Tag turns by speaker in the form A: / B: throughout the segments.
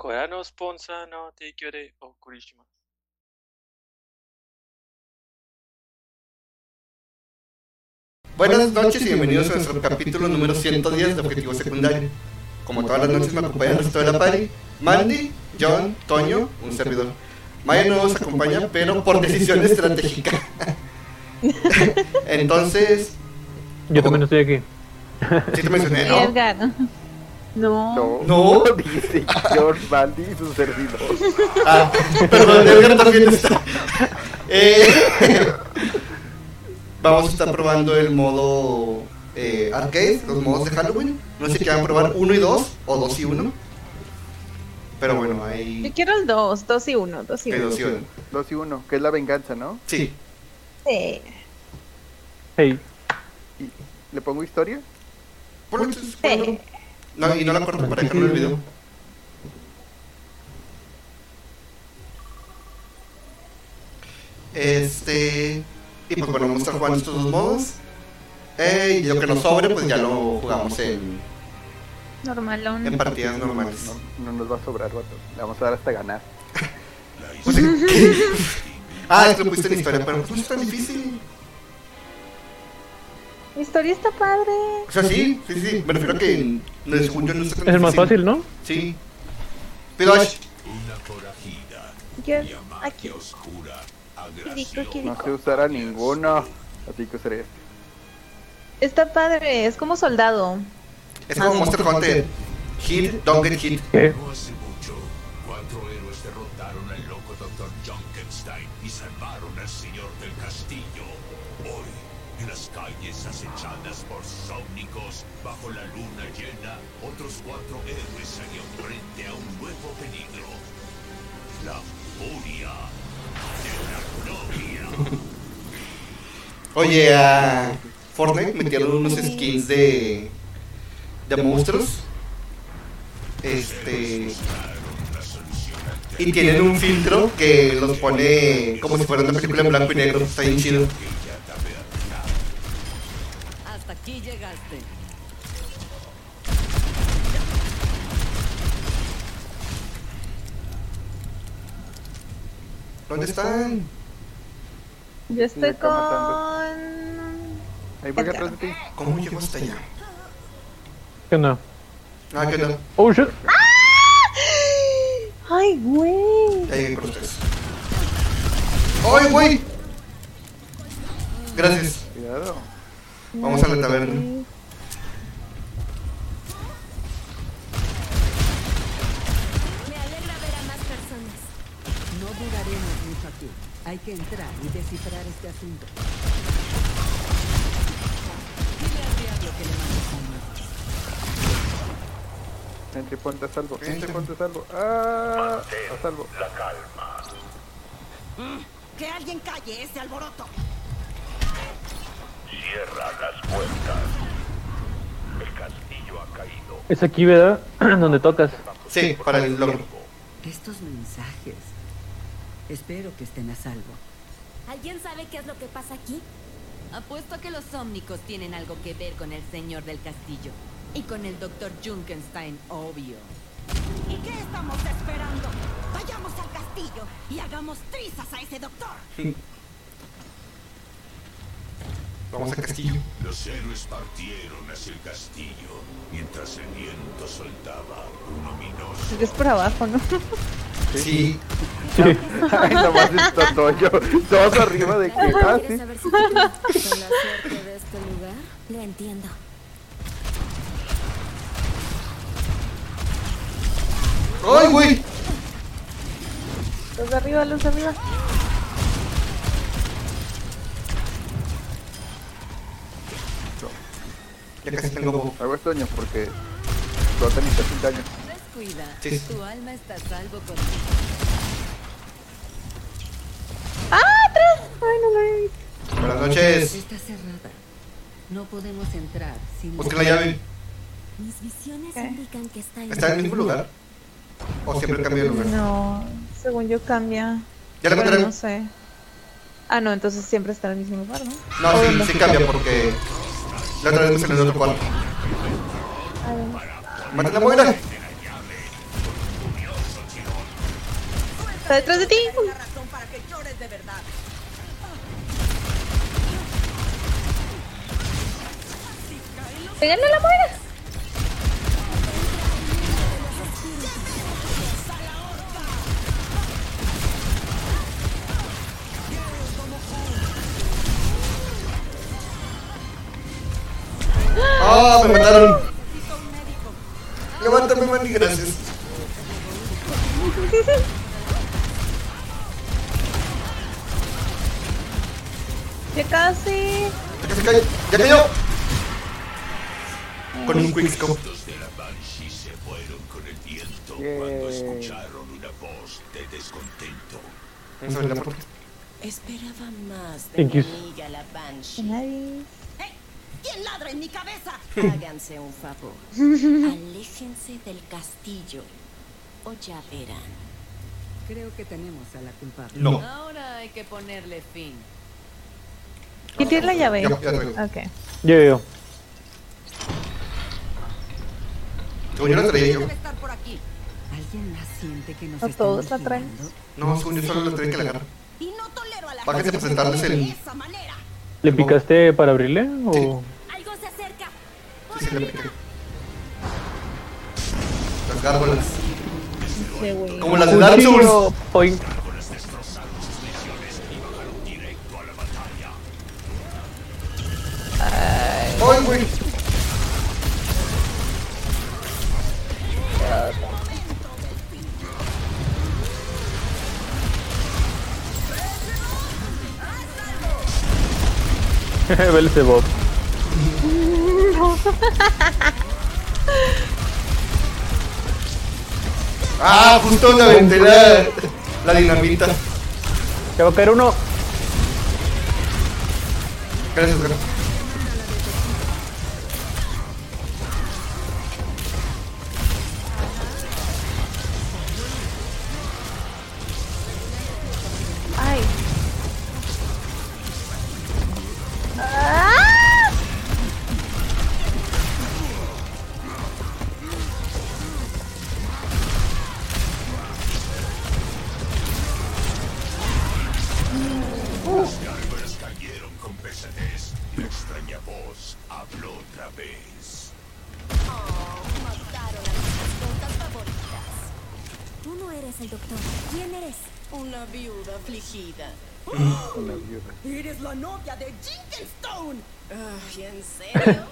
A: 親のスポンサーの提供でお送りします。
B: Buenas noches y bienvenidos a nuestro capítulo número 110 de Objetivo Secundario. Como todas las noches me acompañan el resto de la party, Mandy, John, Toño, un servidor. Maya no nos acompaña, pero por decisión estratégica. Entonces,
C: Yo también estoy aquí.
B: sí te mencioné,
D: Y
B: ¿no?
D: Edgar. No.
E: No,
B: No.
E: dice George Mandy y su servidor.
B: Ah, perdón, Edgar también está. Eh, vamos a estar probando el modo eh, arcade, los modos de Halloween. No sé qué van a probar, 1 y 2, o 2 y 1. Pero bueno,
D: Yo
B: ahí
D: quiero el 2, 2 y 1, 2 y
B: hay
D: 1.
B: 2 y 1.
E: 2 y 1, que es la venganza, ¿no?
B: Sí,
C: Hey,
E: ¿Le pongo historia?
B: por lo que estoy jugando. No, y no la corto para dejarlo en el video. Este. Y pues bueno, vamos a estar jugando estos dos modos. Eh, y lo que nos sobre, pues ya lo jugamos en,
D: Normalón.
B: en partidas normales.
E: No, no nos va a sobrar, vato. Le vamos a dar hasta ganar.
B: Pues, ¿qué? Ah, es que lo pusiste en historia, pero pues es tan difícil.
D: Mi historia está padre.
B: O sea, sí, sí, sí. Me refiero a que en- no es según yo no está tan
C: es el más fácil, ¿no?
B: Sí. Pidosh.
D: Yo aquí. Kirico,
E: No
D: Kirico.
E: sé usar a ninguno. Así que usaré este.
D: Está padre, es como soldado.
B: Es como Ah, Monster Hunter. Hit, don't get hit.
C: ¿Qué?
F: No hace mucho, cuatro héroes derrotaron al loco Dr. Junkenstein y salvaron al señor del castillo. Hoy, en las calles acechadas por sónicos, bajo la luna llena, otros cuatro héroes salieron frente a un nuevo peligro. La furia de la gloria.
B: Oye, a Fortnite metieron unos skins de. de monstruos. Este. Y tienen un filtro que los pone como si fuera una película en blanco y negro. Está bien chido.
G: Hasta aquí llegaste.
B: ¿Dónde están?
D: Yo estoy
E: está
D: con.
E: Ahí voy atrás de ti.
B: ¿Cómo llegó hasta allá?
C: ¿Qué onda?
B: Ah, que no.
C: Oh shit.
D: Ay, güey.
B: Ya llegué con ustedes. ¡Ay, güey! Gracias.
E: Cuidado.
B: Vamos a la taberna.
H: Me alegra ver a más personas.
G: No duraremos mucho aquí. Hay que entrar y descifrar este asunto. Dile al diablo que le mandes a muerte.
E: Entre y ponte a salvo. Entre y ponte a salvo. Ah, a salvo.
G: Que alguien calle ese alboroto.
F: Cierra las puertas. El castillo ha caído.
C: Es aquí, ¿verdad? Donde tocas.
B: Sí, para el logro.
G: Estos mensajes. Espero que estén a salvo.
H: ¿Alguien sabe qué es lo que pasa aquí?
I: Apuesto que los ómnicos tienen algo que ver con el señor del castillo. Y con el doctor Junkenstein, obvio.
H: ¿Y qué estamos esperando? Vayamos al castillo y hagamos trizas a ese doctor.
B: Vamos al castillo.
F: Los héroes partieron hacia el castillo mientras el viento soltaba un ominoso.
D: Es por abajo, ¿no?
B: Sí.
E: Ay, nomás está Toño. Todos arriba de que. Ah, sí.
H: ¿Quieres saber si con la suerte de este lugar? Lo entiendo.
B: ¡Ay, güey!
D: Los de arriba, los de arriba.
B: Ya casi tengo bobo.
E: Hago esto, Toño, porque explotan y te hacen daño.
I: Descuida,
B: Sí.
I: tu alma está a salvo conmigo.
D: ¡Ah, atrás! Ay, no lo había visto.
B: Buenas noches.
G: Está cerrada. No podemos entrar sin
B: Busca Pues la llave.
H: Mis visiones
D: ¿Qué?
H: indican que está en
B: ¿Está en el mismo lugar? ¿O siempre cambia de lugar?
D: No, según yo cambia.
B: ¿Ya la
D: Pero
B: encontraron?
D: No sé. Ah, no, entonces siempre está en el mismo lugar, ¿no?
B: No, sí, sí cambia porque. La otra vez me salió en otro cuarto.
D: A ver.
B: ¡Mata la muera!
D: Está detrás de ti.
H: La razón para que llores de verdad.
D: Pégale a la muera.
B: ¡Ah! me mataron. Levántame, Manny, gracias.
D: Ya casi.
B: Ya casi cae. ¡Ya cayó! Con un quickscope. Vamos a abrir la puerta.
G: Esperaba más
C: Thank you.
G: Miguel la Banshee.
D: Nadie.
H: ¡Hey! ¿Quién ladra en mi cabeza?
G: Háganse un favor. Aléjense del castillo. O ya verán. Creo que tenemos a la culpable.
B: No.
I: Ahora hay que ponerle fin.
D: ¿Quién tiene la llave?
B: Ya, ya traigo.
D: Ok.
C: Yo, yo.
B: Según yo la traía yo.
H: Debe estar por aquí.
G: ¿Alguien más siente que nos
D: ¿No
G: están
D: todos la traen?
G: vigilando?
B: No, según yo solo la traía que la agarra.
H: Y no tolero a la
B: Bájate
H: gente
B: para sentarles
H: que
B: el-
H: de esa manera.
C: ¿Le
B: No.
C: picaste para abrirle? O...
H: Algo se acerca.
B: Sí, sí, la piqué. Las gárgolas.
D: Sí, güey.
B: Como las de
C: Un
B: Dark
C: tiro,
B: Souls.
C: point.
B: ¡Ay, güey!
C: Belzebub.
B: ¡Ah! Justo me aventé la, la dinamita.
C: Se va a caer uno.
B: Gracias, güey.
D: Ay. ¡Ah!
F: Cayeron con pesadez. La extraña voz habló otra vez.
H: Tú no eres el doctor. ¿Quién eres?
G: Una viuda afligida.
H: Eres la novia de Jenkinstone.
G: Ay, ¿en serio?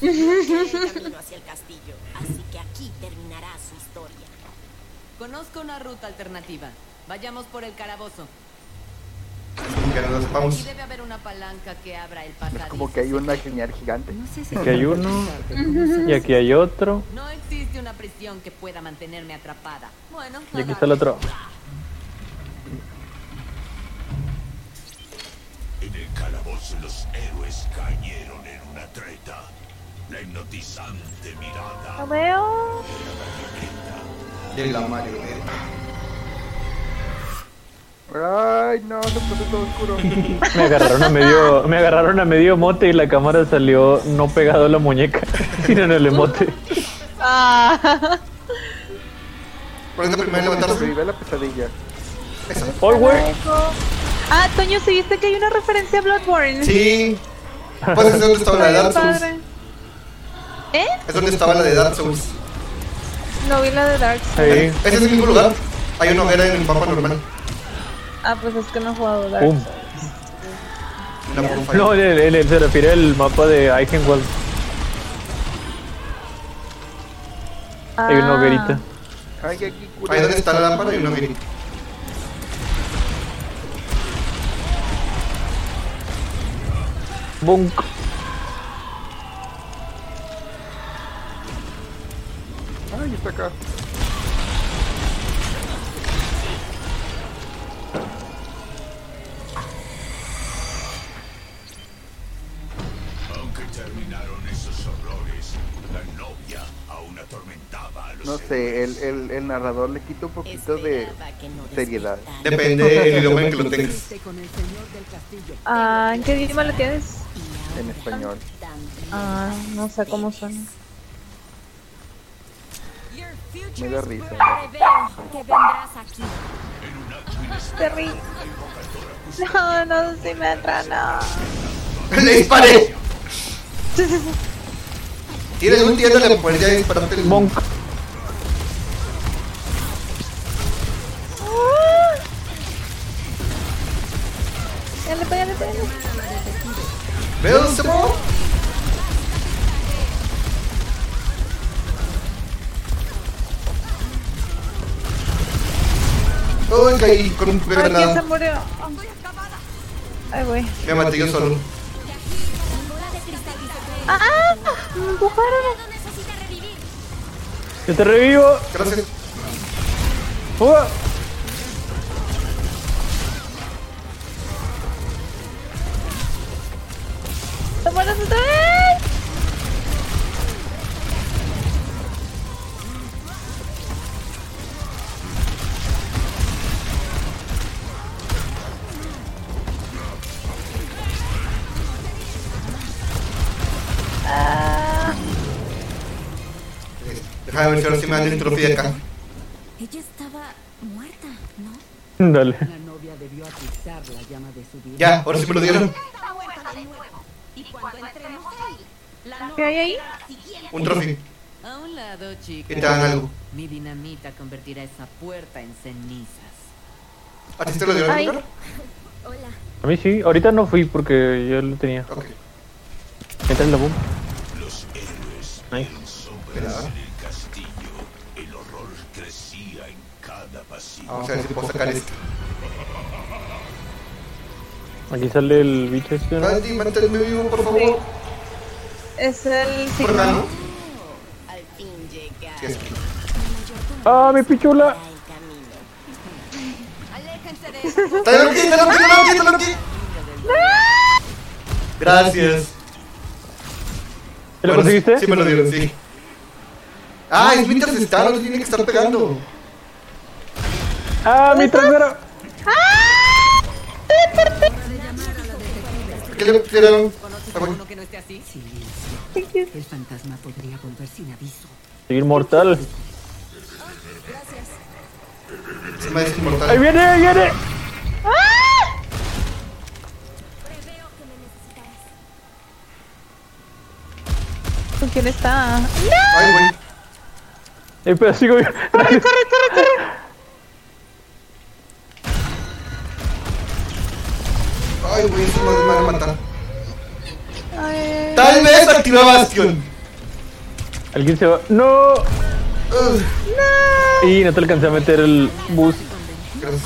G: Tiene camino hacia el castillo, así que aquí terminará su historia.
I: Conozco una ruta alternativa. Vayamos por el carabozo.
B: Que no la
I: Aquí
B: sepamos.
I: debe haber una palanca que abra el pasadizo.
E: Como que hay una genial gigante.
G: No sé si
C: Aquí hay uno. Y aquí hay otro.
I: No existe una prisión que pueda mantenerme atrapada. Bueno,
C: Y aquí
I: nada.
C: está el otro.
F: En el calabozo los héroes cayeron en una treta. La hipnotizante mirada
D: No veo.
B: Y la marioneta.
E: Ay, no, se puso todo oscuro.
C: Me agarraron a medio, me agarraron a medio mote y la cámara salió no pegado a la muñeca, sino en el emote.
D: Ah.
B: ¿Cuál es la primera en levantarse?
E: Sobrevive a la pesadilla.
B: Esa.
C: ¡Oh, güey!
D: Ah, Toño, ¿sí viste que hay una referencia a Bloodborne?
B: Sí. Pues es donde estaba la de
D: Está
B: Dark
D: bien
B: Souls.
D: padre. ¿Eh?
B: Es donde estaba la de Dark Souls.
D: No vi la de Dark Souls.
C: Ahí.
B: Ese es el mismo lugar. Hay una hoguera en el mapa normal.
D: Ah, pues es que no he jugado Dark
C: ¡Pum!
D: Souls.
B: Una bonfire.
C: No, en el- en el- se refiere al mapa de Eichenwald. Hay una
D: Ah.
C: hoguerita.
E: Ay, aquí cura.
B: Ahí donde está la lámpara y una hoguerita.
C: ¡Bunk!
E: Ay, está acá.
F: Aunque terminaron esos horrores, la novia aún atormentaba a los
E: No sé, el, el, el narrador le quita un poquito de seriedad.
B: Depende del idioma en que lo tengas.
G: Fuiste con el señor del castillo.
D: Ah, ¿en qué idioma lo tienes?
E: en español.
D: Ah, no sé cómo suena.
H: Your future
E: Me da
H: is
E: risa.
H: preveo que vendrás aquí.
F: En un
D: Terry. No, no, si me entra, no.
B: ¡Le disparé! Tírale un tiro a la mujer ya dispararte el
C: Monk.
D: Pégale, pégale, pégale.
B: ¿Veo ese modo? Oh, caí con un
D: Ay, ¿quién se
B: granada.
D: murió? Ay, güey.
B: Me maté yo solo.
D: ¡Ah! ah, ¡Me empujaron!
C: Yo te revivo.
B: Gracias.
C: ¡Oh!
D: ¡Te mueres otra vez! Ah,
B: Déjame ver si ahora sí me dan el trofeo de acá.
G: Ella estaba muerta, ¿no?
C: Dale.
G: La novia debió atizar la llama de su vida.
B: Ya, ahora sí me lo dieron.
H: Está muerta de nuevo. Y cuando entremos ahí, la
D: ¿Qué hay ahí?
B: Un trofeo.
I: A un lado,
B: Y
I: chicos.
B: te dan algo.
I: Mi dinamita convertirá esa puerta en cenizas.
B: ¿A ti te lo dieron?
D: Ay.
B: Ricardo?
C: A mí sí. Ahorita no fui porque yo lo tenía.
B: Ok.
C: Entra en la bomba. Nice.
B: Espera.
F: En el castillo, el horror crecía en cada pasillo.
B: Vamos a ver si puedo sacar esto.
C: Aquí sale el bicho este, ¿no?
B: Mandy, manténme vivo, por favor.
D: Es el
B: Por
D: signo.
B: nada, ¿no?
G: Al fin llega
B: Sí, es.
C: ¡Ah, mi pichula!
G: el camino.
I: Aléjense de eso.
B: ¡Está bien, ok, está bien, ok, está bien, ok, está bien, ok. Gracias.
C: ¿Te ¿Lo
B: Bueno,
C: conseguiste?
B: Sí, me lo dieron, sí. Ah, es mientras está, no te tiene que estar pegando.
C: ¡Ah, mi trasero!
D: ¡Ah!
B: ¿Qué le dieron?
I: ¿Conoces
B: Ah,
I: a
B: bueno.
I: uno que no esté así?
G: Silencio. El fantasma podría volver sin aviso.
C: Soy inmortal.
B: Se me hace
C: ¡Ahí
B: inmortal.
C: viene, ahí viene!
D: ¿Con quién está?
B: Ay, güey.
C: Eh, pero sigo bien.
D: ¡Corre, corre, corre, corre!
B: Ay, güey, eso me van a matar.
D: Ay,
B: Tal vez activa Bastion.
C: Alguien se va. ¡No!
B: Ugh,
C: Y no te alcancé a meter el bus.
B: gracias.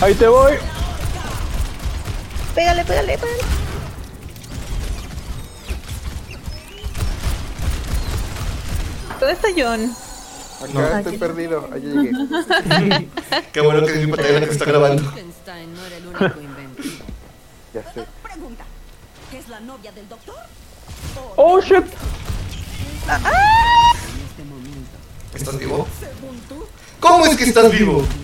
C: Ahí te voy.
D: pégale, pégale, pégale. ¿Dónde está John?
E: Acá estoy perdido. Ahí llegué.
B: Qué bueno que es mi pantalla la que está grabando.
I: Frankenstein no era el único inventivo.
E: Ya sé.
H: Pregunta, ¿es la novia del doctor?
C: ¡Oh, shit!
B: ¿Estás vivo? ¿Cómo es que estás vivo?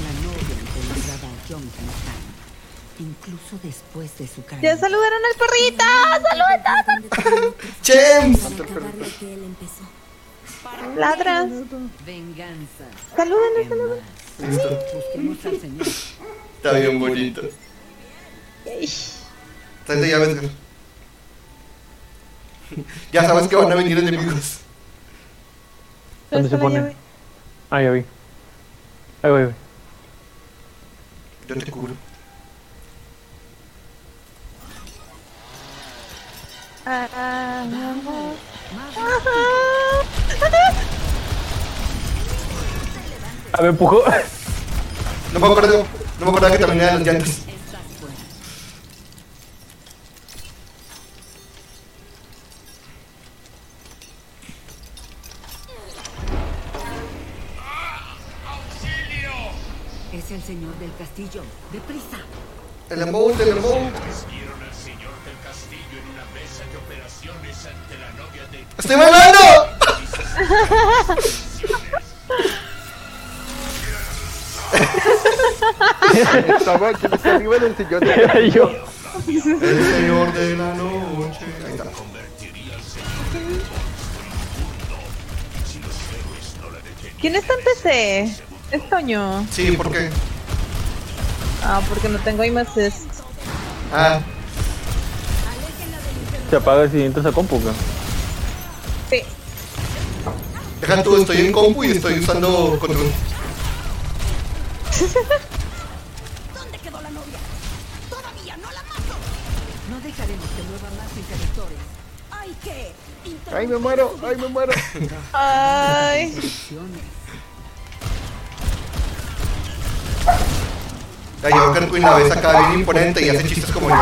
G: La novia encontraba a John Constantine, incluso después de su caída.
D: ¡Ya saludaron al perrito! ¡Saluda!
B: ¡James!
D: ¡Ladras!
I: Venganza.
D: ¡Saluden,
I: Qué
D: saluden!
I: mal.
B: Listo.
G: Busquemos al señor.
B: Está bien bonito. Tanta llaves, güey. Ya sabes que van a venir enemigos.
D: Pues
C: ¿Dónde se pone? Ah, ya vi. Ahí voy, voy.
B: Yo te cubro.
D: Ah,
C: Ah, me empujó.
B: No me acuerdo, no me acordaba que también eran los llantas.
G: Es el señor del castillo. ¡Deprisa!
B: El amor, el amor.
F: Vieron al señor del castillo en una mesa de operaciones ante la novia de
B: ¡Estoy bailando!
E: Estaba aquí está arriba del sillón.
C: Era yo.
B: El señor de la noche. Ahí está.
F: convertiría al señor en un mundo si los héroes no la detienen.
D: ¿Quién está en PC? Es Toño.
B: Sí, ¿por qué?
D: Ah, porque no tengo IMACES.
B: Ah,
C: Se apaga si entras a compu, güey.
D: Sí.
B: deja tú, estoy en compu y estoy usando control.
H: ¿Dónde quedó la novia? Todavía no la mato.
G: No dejaremos que mueva más en territorio.
H: Hay que
E: Ay, me muero, ay, me muero.
D: Ay.
B: La llevo Kern Queen la vez acá bien imponente Ah, y hace chistes como yo.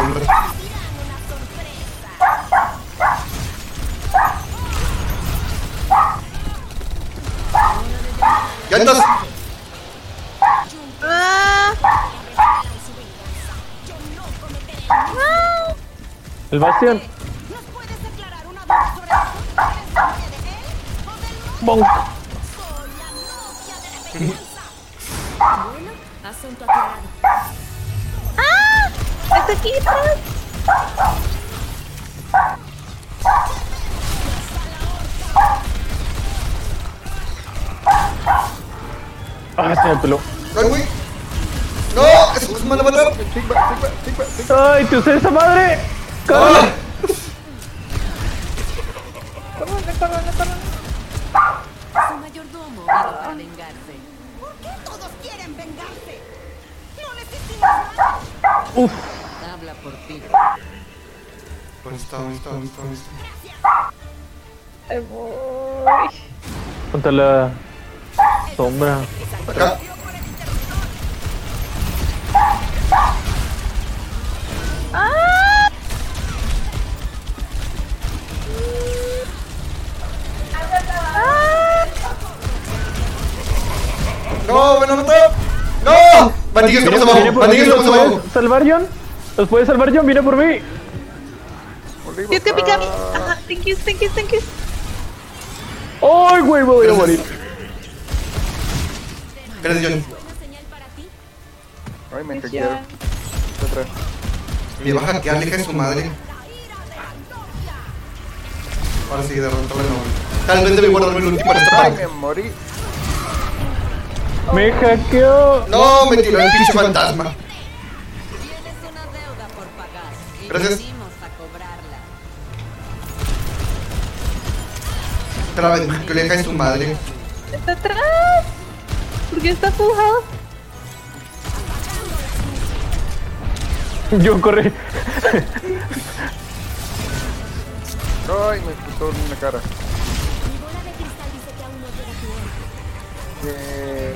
B: ¡Ya andas!
D: Ah. Ah.
C: El Bastión.
H: ¿Nos puedes aclarar una duda sobre la confianza de él o del
C: Bonk.
D: Ah,
H: Soy la novia de la venganza.
G: Bueno, asunto aclarado.
D: ¡Ah! ¡Está aquí atrás!
C: Ah, este me peló.
B: ¡No, güey! ¡No! ¡Eso es mala manera!
C: ¡Ay, te usé esa madre!
B: ¡Ah!
I: Su mayordomo vino para vengarse.
H: ¿Por qué todos quieren vengarse? No les hicimos nada.
I: Habla por ti.
B: ¿Dónde está? ¿Dónde está? ¿Dónde está? ¿Dónde está?
D: Ahí voy.
C: Contra la sombra.
B: Acá. No, me lo mató. No, Batillo estamos
C: Viene
B: abajo,
C: por mí,
B: Batillo
C: ¿los
B: estamos abajo.
C: puedes salvar, John? ¿Los puedes salvar, John? ¡Viene por mí!
D: Tienes que picarle. Ajá, thank you, thank you, thank you.
C: ¡Ay, güey! Me voy a morir.
B: Espérate, Johnny.
E: Ay, me hackearon. Otra.
B: Me va a hackear, le de su madre. Ahora sí, derrotarle no. Tal vez debí guardarme el último para esta
E: Ay,
B: parte.
E: me morí.
C: ¡Me hackeó!
B: No, me tiró el pinche fantasma.
I: Tienes una deuda por pagar. Y
B: Gracias.
I: vinimos a cobrarla.
B: Otra vez, que le deja de su madre.
D: Está atrás. ¿Por qué está full house?
C: John corre.
E: Ay, me puso en la cara.
G: Mi bola de cristal dice que aún no llega a tu hora.
E: Eh,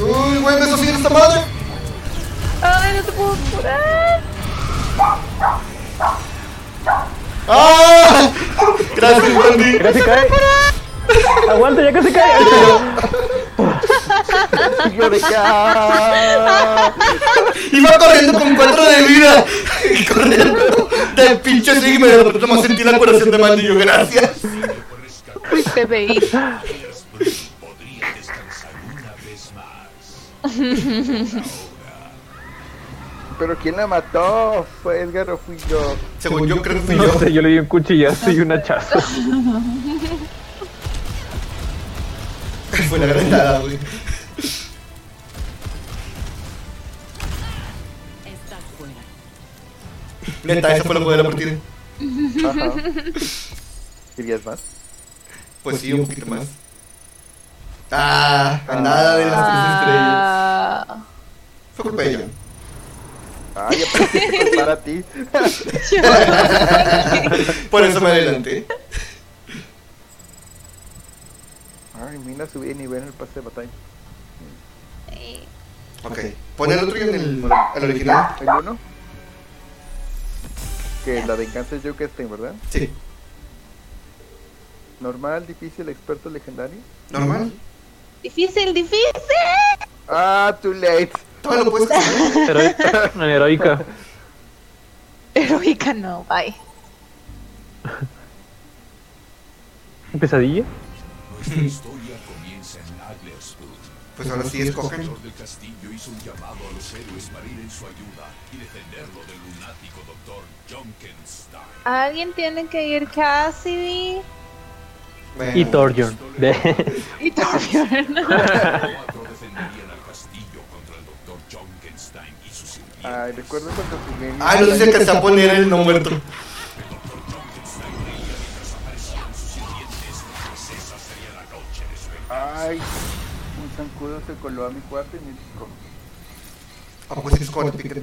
B: Uy, güey, me sostiene esta madre.
D: Ay, no te puedo curar.
B: ¡Ah! Gracias, Wendy.
C: ¡Ya casi cae! ¡Aguanta, ya casi cae!
E: yo de acá.
B: Iba corriendo con 4 de vida. Y corriendo del pinche sí, y me derrotó. Más sentí la curación de Mandy. y Yo, gracias.
D: Uy, PBI.
F: Podría descansar una vez más.
E: Pero quién la mató? Fue Edgar o fui yo.
B: Según yo, creo que fui
C: No
B: yo.
C: sé, yo le di un cuchillazo y un hachazo.
B: Fue la granada, güey.
I: Estás fuera.
B: Neta, esa fue la jugada de la partida.
E: Ajá. ¿Querías más?
B: Pues sí, un poquito más. Ah, a nada de las tres estrellas.
D: Ah.
B: Fue culpa de John.
E: Ay, apareció para ti.
B: Por eso me adelanté.
E: Ay, mira, subí de nivel en el pase de batalla.
B: Ok. Pon el otro y en el, el original.
E: ¿El uno? Que la venganza es Jokerstein, ¿verdad?
B: Sí.
E: Normal, difícil, experto, legendario.
B: ¿Normal?
D: Difícil, difícil.
E: Ah, too late.
B: Todavía lo puedes hacer.
C: Heroica. Una heroica.
D: Heroica no, bye.
C: ¿Pesadilla?
F: Nuestra historia comienza en Adlerswood,
B: Pues ahora sí
F: El
B: escogen.
F: señor del castillo hizo un llamado a los héroes para ir en su ayuda y defenderlo del lunático doctor Junkenstein.
D: Alguien tiene que ir Cassidy
B: Bueno,
C: Y Torjon. De-
D: y Torbjorn.
F: Cuatro defenderían al castillo contra el doctor Junkenstein y sus sirvientes.
E: Ay, recuerdo cuando jugué.
B: Ah, no sé si alcanzó a poner el no muerto.
E: Ay, un zancudo se coló a mi cuarto y me picó.
B: Ah, pues sí es como el pique.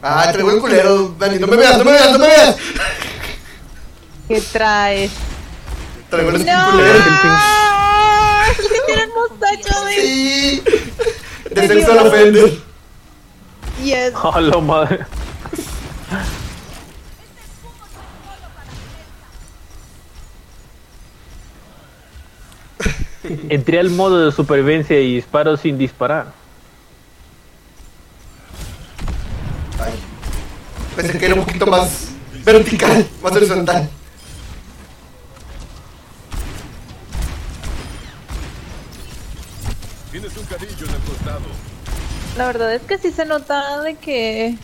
B: Ah, traigo el culero, Dani, no me veas, no me veas, no me veas.
D: ¿Qué traes?
B: Traigo el
D: ¡No!
B: culero.
D: ¡Es que tiene el mostacho de...
B: Sí. De sexo al ofender.
D: Yes.
C: A la madre. Entré al modo de supervivencia y disparo sin disparar.
B: Ay. Pensé que era un poquito más vertical, más horizontal.
F: Tienes un cadillo en el costado.
D: La verdad es que sí se nota de que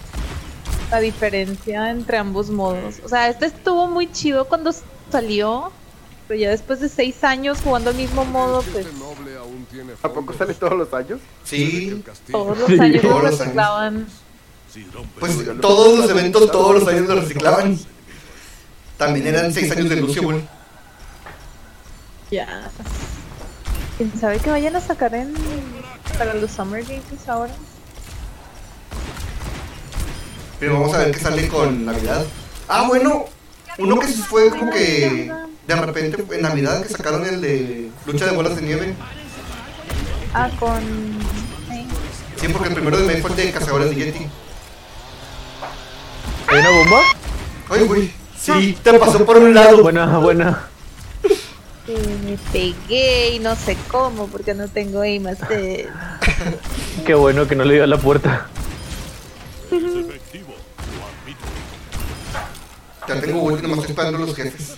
D: la diferencia entre ambos modos. O sea, este estuvo muy chido cuando salió, pero ya después de seis años jugando el mismo modo, pues
F: noble aún tiene
E: ¿A poco sale todos los años?
B: Sí.
F: castillo.
D: todos los
C: Sí.
D: años
B: Todos
D: lo
B: los años.
D: reciclaban.
B: Pues todos los eventos, todos los años lo reciclaban. También eran 6 años de Lucio
D: Ya. ¿Quién sabe que vayan a sacar en para los Summer Games ahora?
B: Pero vamos a ver qué sale con Navidad. Ah, bueno. Uno que sí fue como que de repente en Navidad que sacaron el de Lucha de Bolas de Nieve.
D: Ah, con. sí.
B: Sí, porque el primero de mayo fue el de Cazadores de Yeti.
C: ¿Hay una bomba?
B: Ay, güey. Sí, te pasó por un lado.
C: Buena, buena.
D: Y me pegué y no sé cómo porque no tengo aim assist.
C: Qué bueno que no le dio a la puerta.
B: Ya tengo ulti, nomás estoy esperando los jefes.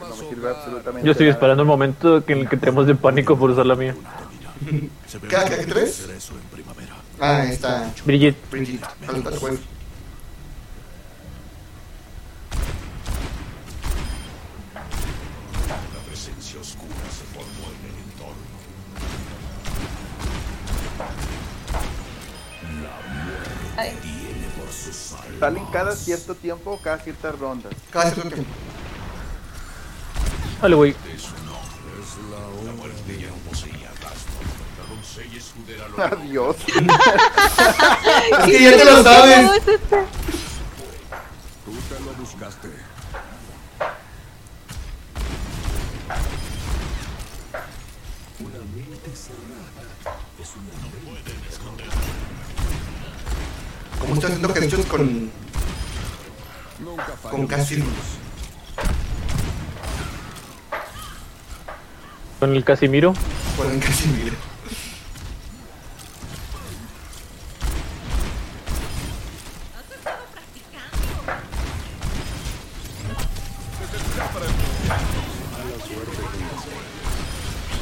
E: Pues No me sirve absolutamente.
C: Yo estoy
E: nada.
C: esperando el momento en el que tenemos de pánico por usar la mía.
B: ¿Qué, qué, qué tres? Ah, ahí está.
C: Bridget,
B: Bridget, al tal cual.
E: Salen cada cierto tiempo, cada ciertas rondas.
B: Cada cierto tiempo.
C: dale, güey.
E: Adiós.
B: Es que ya te lo sabes.
D: ¿Cómo es este?
F: Tú te lo buscaste.
B: Como estoy haciendo headshots con.
F: Nunca falla.
B: con casi.
C: Con el Casimiro.
B: con el casi mil.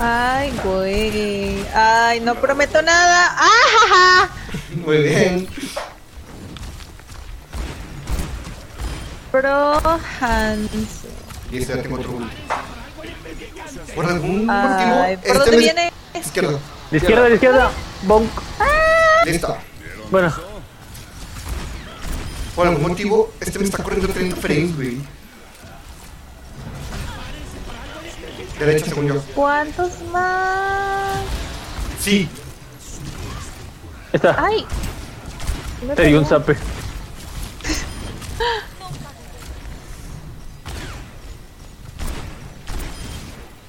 D: Ay, güey. Ay, no prometo nada. ¡Ah, jaja!
B: Muy bien.
D: Pro Hans.
B: Y este ya tengo otro ulti. Por algún motivo.
D: Ay,
B: este
D: ¿por dónde
B: me-
D: viene?
B: Izquierda.
C: De izquierda, de izquierda. Bonk.
B: Listo.
C: Bueno,
B: Por algún motivo, este me está corriendo 30 frames, güey. Derecha, según yo.
D: ¿Cuántos más?
B: Sí.
C: está.
D: ¡Ay! Me
C: Te di un
D: pegó.
C: zape.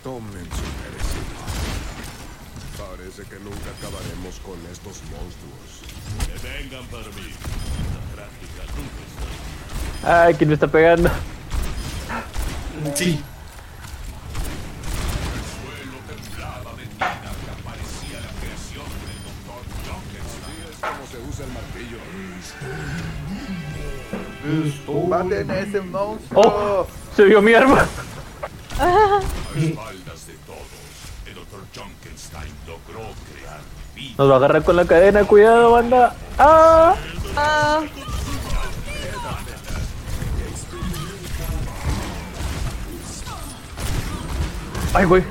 F: Tomen su merecido. Parece que nunca acabaremos con estos monstruos.
C: Ay, ¿quién me está pegando?
B: Sí.
E: Maten a ese monstruo.
C: Oh, se vio mi arma.
F: A espaldas de todos, el Dr. Junkenstein logró crear vida.
C: Nos va a agarrar con la cadena, cuidado, banda. ¡Ah!
D: Ah,
C: ¡Ay, güey!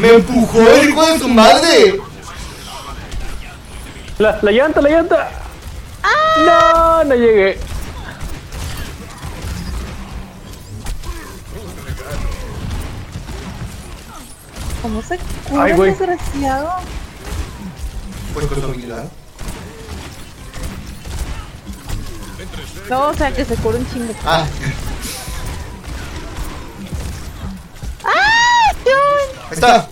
B: ¡Me empujó el hijo de su madre!
C: La, la llanta, la llanta. No, no llegué.
D: ¿Cómo se
C: Ay,
D: cura el
C: güey.
D: desgraciado?
B: Pues con su habilidad.
D: No, o sea, que se cura un chingo.
B: Ah,
D: ¡Ah! Dios!
B: ahí está.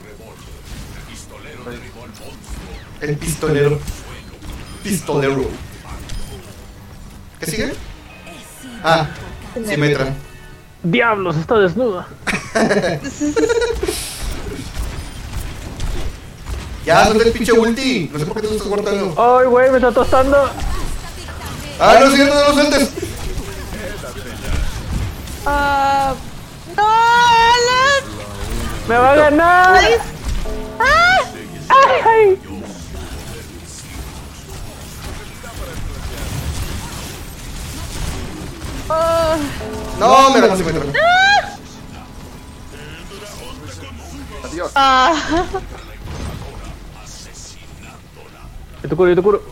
B: El pistolero. Pistolero. ¿Qué sigue? Ah, Simetra.
C: Diablos, está desnuda.
B: Ya, suelta el pinche ulti. No sé por qué tú lo estás guardando.
C: ¡Ay, güey! Me está tostando.
B: Ah, no, sigue, no, no lo sueltes.
D: Ah, ¡No! Alan.
C: ¡Me va a ganar!
D: ¡Ah!
C: ¡Ay!
D: Oh,
B: No, me ganó Simetra.
D: ah.
C: Yo te curo, yo te curo.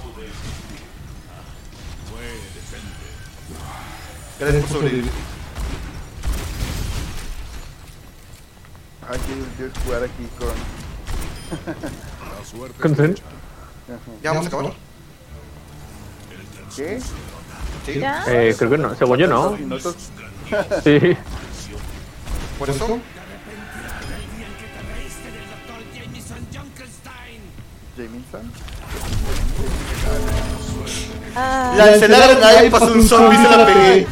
B: Gracias por sobrevivir.
E: Ay, qué divertido jugar aquí con.
C: Con su-
B: Ya vamos a acabar.
E: ¿Qué?
B: Sí.
D: ¿Ya?
C: Eh, creo que no. Según yo, no.
E: Minutos.
C: Sí.
B: Por eso.
E: Jamison.
D: Ah.
B: Lancé la granada y pasó un zombie y se la pegué.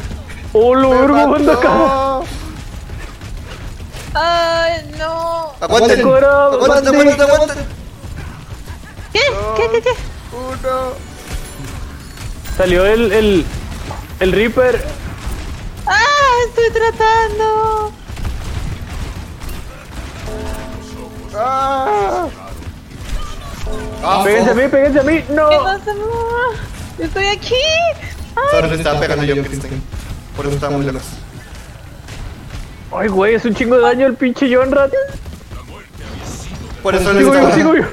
C: ¡Oh, lo vergo, banda acá!
E: ¡No!
D: ¡Ay, no!
B: Aguanten.
C: Aguante, coro,
B: Aguanten, aguanten, aguanten.
D: ¿Qué? ¿Qué, qué, qué?
E: ¡Uno!
C: Salió el. el. el Reaper.
D: ¡Ah! ¡Estoy tratando!
E: ¡Ah!
B: Ah,
C: Péguense a mí, péguense a mí.
D: ¿Qué
C: ¡No!
D: pasa, mamá? ¡Estoy aquí! ¡Ay!
B: Ahora le estaba pegando yo a Kristen. Por eso estaba muy lejos.
C: ¡Ay, güey! Es un chingo de daño el pinche Jonrad.
B: Por eso le
C: Sigo yo,
B: estaba.
C: sigo yo.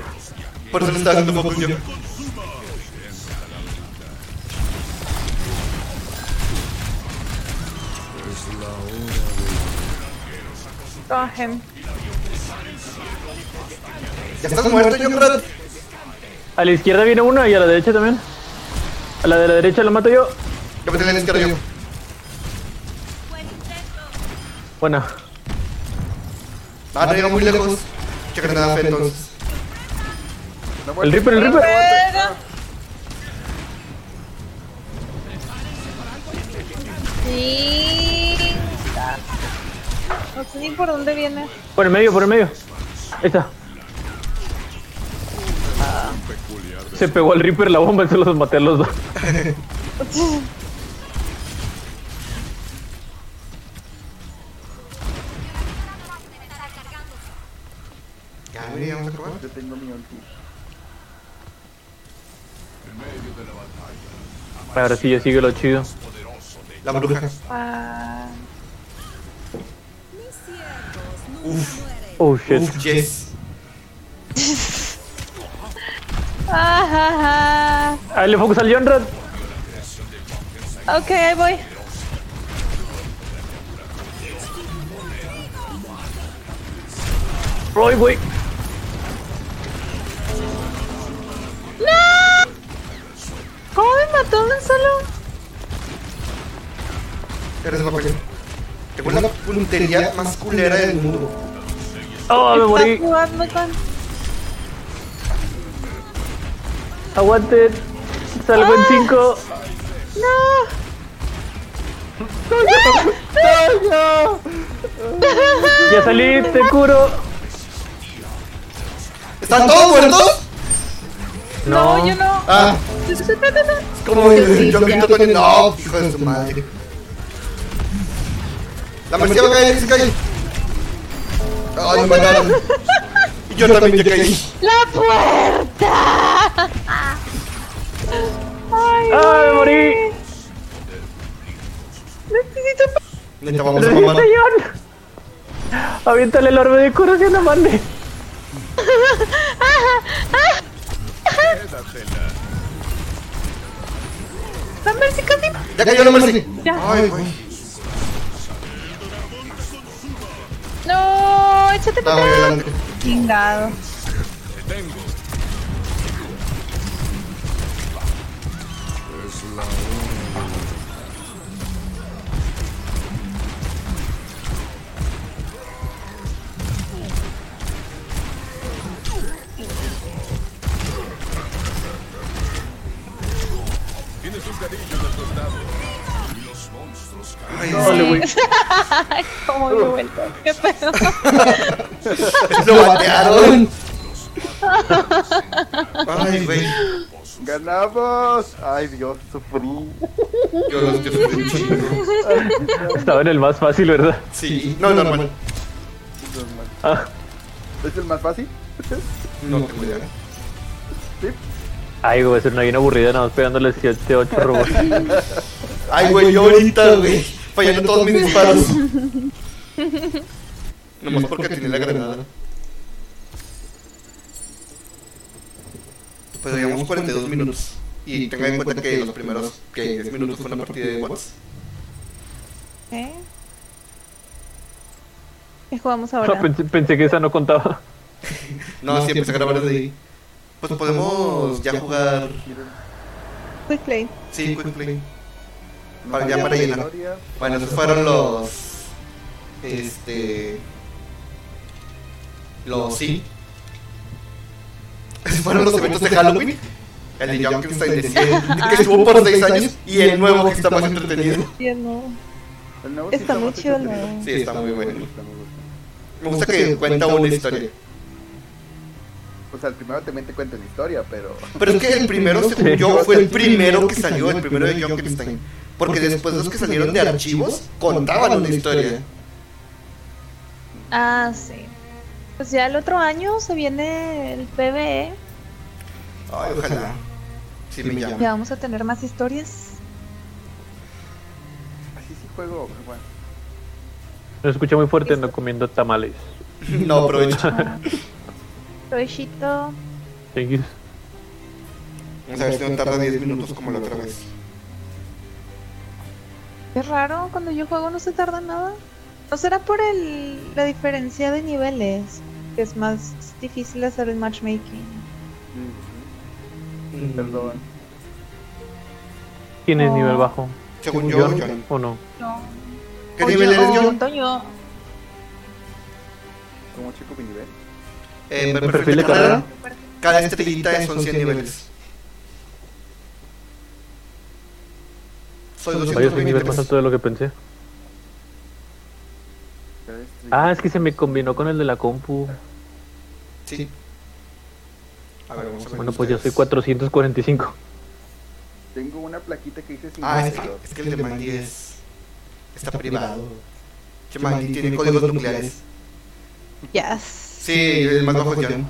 B: Por eso le estaba haciendo focus yo.
D: Oh, hem.
B: Ya estás muerto, Junkrat.
C: A la izquierda viene una y a la derecha también. A la de la derecha la mato yo.
B: Yo me tenía en la izquierda yo.
C: Bueno,
B: Ah, no llega muy lejos. Che granada fe entonces.
E: Pues
C: el Reaper, el Reaper.
D: Pero- Sí. No sé ni por dónde viene.
C: Por el medio, por el medio. Ahí está. Se pegó al Reaper la bomba, entonces los maté a los dos.
B: Ya, mira, vamos a acabar.
E: Yo tengo mi ulti.
C: Ahora sí, ya sigue lo chido.
B: La bruja.
D: Ah,
B: Uf,
C: Oh shit.
B: uf, yes.
D: ah, ah,
C: Ahí le focus al Jonrad.
D: ah. Ok, ahí voy.
C: Roy, güey.
D: ¿Cómo me mató de un solo?
B: Eres la papel. Tengo la puntería más culera del mundo.
C: Oh, me
D: Está
C: morí.
D: jugando con.
C: Aguante. Salgo en 5.
D: ¡No!
C: Ya salí, te curo.
B: ¿Están todos muertos?
D: No,
C: No.
D: yo no.
B: Ah, como yo grito con el. No, hijo de su madre. La Merced va a caer, que se cae. Ay, me mataron. Y yo también ya caí.
D: ¡La puerta! ¡Ay!
C: ¡Ah, me morí!
D: Necesito
B: Neta, vamos a mamar.
C: ¡Señor! Aviéntale el orbe de curación a Mande.
F: Quédatela.
D: la Mercy casi.
B: Ya cayó la Merced.
D: Ya.
B: Ay, güey.
D: No, échate
B: Está
D: para
B: muy
D: atrás.
B: adelante.
D: Chingado.
B: Ay,
C: Dale, güey.
D: Como de vuelta. Qué pedo.
B: Lo batearon. Ay, güey.
E: ¡Ganamos! ¡Ay, Dios, sufrí!
B: Yo los yo sufrí un chingo.
C: Estaba en el más fácil, ¿verdad?
B: Sí, no, normal.
C: Ah,
E: ¿Es el más fácil?
B: No tengo idea.
C: Ay, güey, es una bien aburrida, nada más pegándole 7, 8 robos.
B: Ay, güey, yo ahorita, güey. Fallando todos mis disparos. Nomás porque tiene la granada. Pues llevamos 42 minutos. Y tengan en cuenta que los primeros que 10 minutos fue una partida de Watts.
D: ¿Eh? ¿Qué jugamos
C: No,
D: ahora?
C: pensé, pensé que esa no contaba.
B: No, sí, empecé a grabar desde ahí. Pues podemos ya jugar.
D: Quick Pues play.
B: Sí, quick play. Para, ya para llenar. Bueno, esos fueron los. Este. Los sí. Esos fueron los eventos de Halloween. El de Junkenstein de 100, que estuvo por 6 años. "Ah, Y el nuevo que está más entretenido.
D: Ya no. Está muy chido el nuevo.
B: Sí, está muy bueno. Me gusta que cuenta una historia.
E: O sea, el primero también te cuenta la historia, pero...
B: Pero es que el primero, según yo, fue el primero que salió, el primero de Junkenstein. Porque después los que salieron de archivos contaban una historia.
D: Ah, sí. Pues ya el otro año se viene el ¿eh? PBE.
B: Ay, ojalá. Sí, me llaman.
D: Ya vamos a tener más historias.
E: Así sí juego, bueno.
C: No escuché muy fuerte, no comiendo tamales.
B: No, aprovecho.
D: Ah, Proechito.
C: Thank you.
B: Vamos a ver si este, no tarda 10 minutos como la otra vez.
D: Qué raro, cuando yo juego no se tarda nada. ¿No será por el, la diferencia de niveles? Que es más difícil hacer el matchmaking.
B: Mm.
E: Perdón.
C: ¿Quién es
D: No.
C: nivel bajo?
B: Según yo,
C: ¿Yo?
B: John.
C: ¿O no?
D: No.
B: ¿Qué
D: O
B: nivel
D: yo-
B: eres,
D: o
B: John?
D: Toño.
E: ¿Cómo chico mi nivel?
B: Eh,
C: ¿En perfil de carrera?
B: Cada este estrellita son 100 niveles. Soy
C: Oye, es un nivel más
B: 223.
C: alto de lo que pensé.
E: Pero es-
C: Ah, es que se me combinó con el de la compu.
B: Sí. A ver, vamos a ver.
C: Bueno, pues yo soy 445.
E: Tengo una plaquita que dice...
B: Ah, es
E: 52.
B: que, es que el de Mandy es. Está privado. Che, Mandy tiene códigos nucleares.
D: Yes.
B: Sí, el más bajo es John.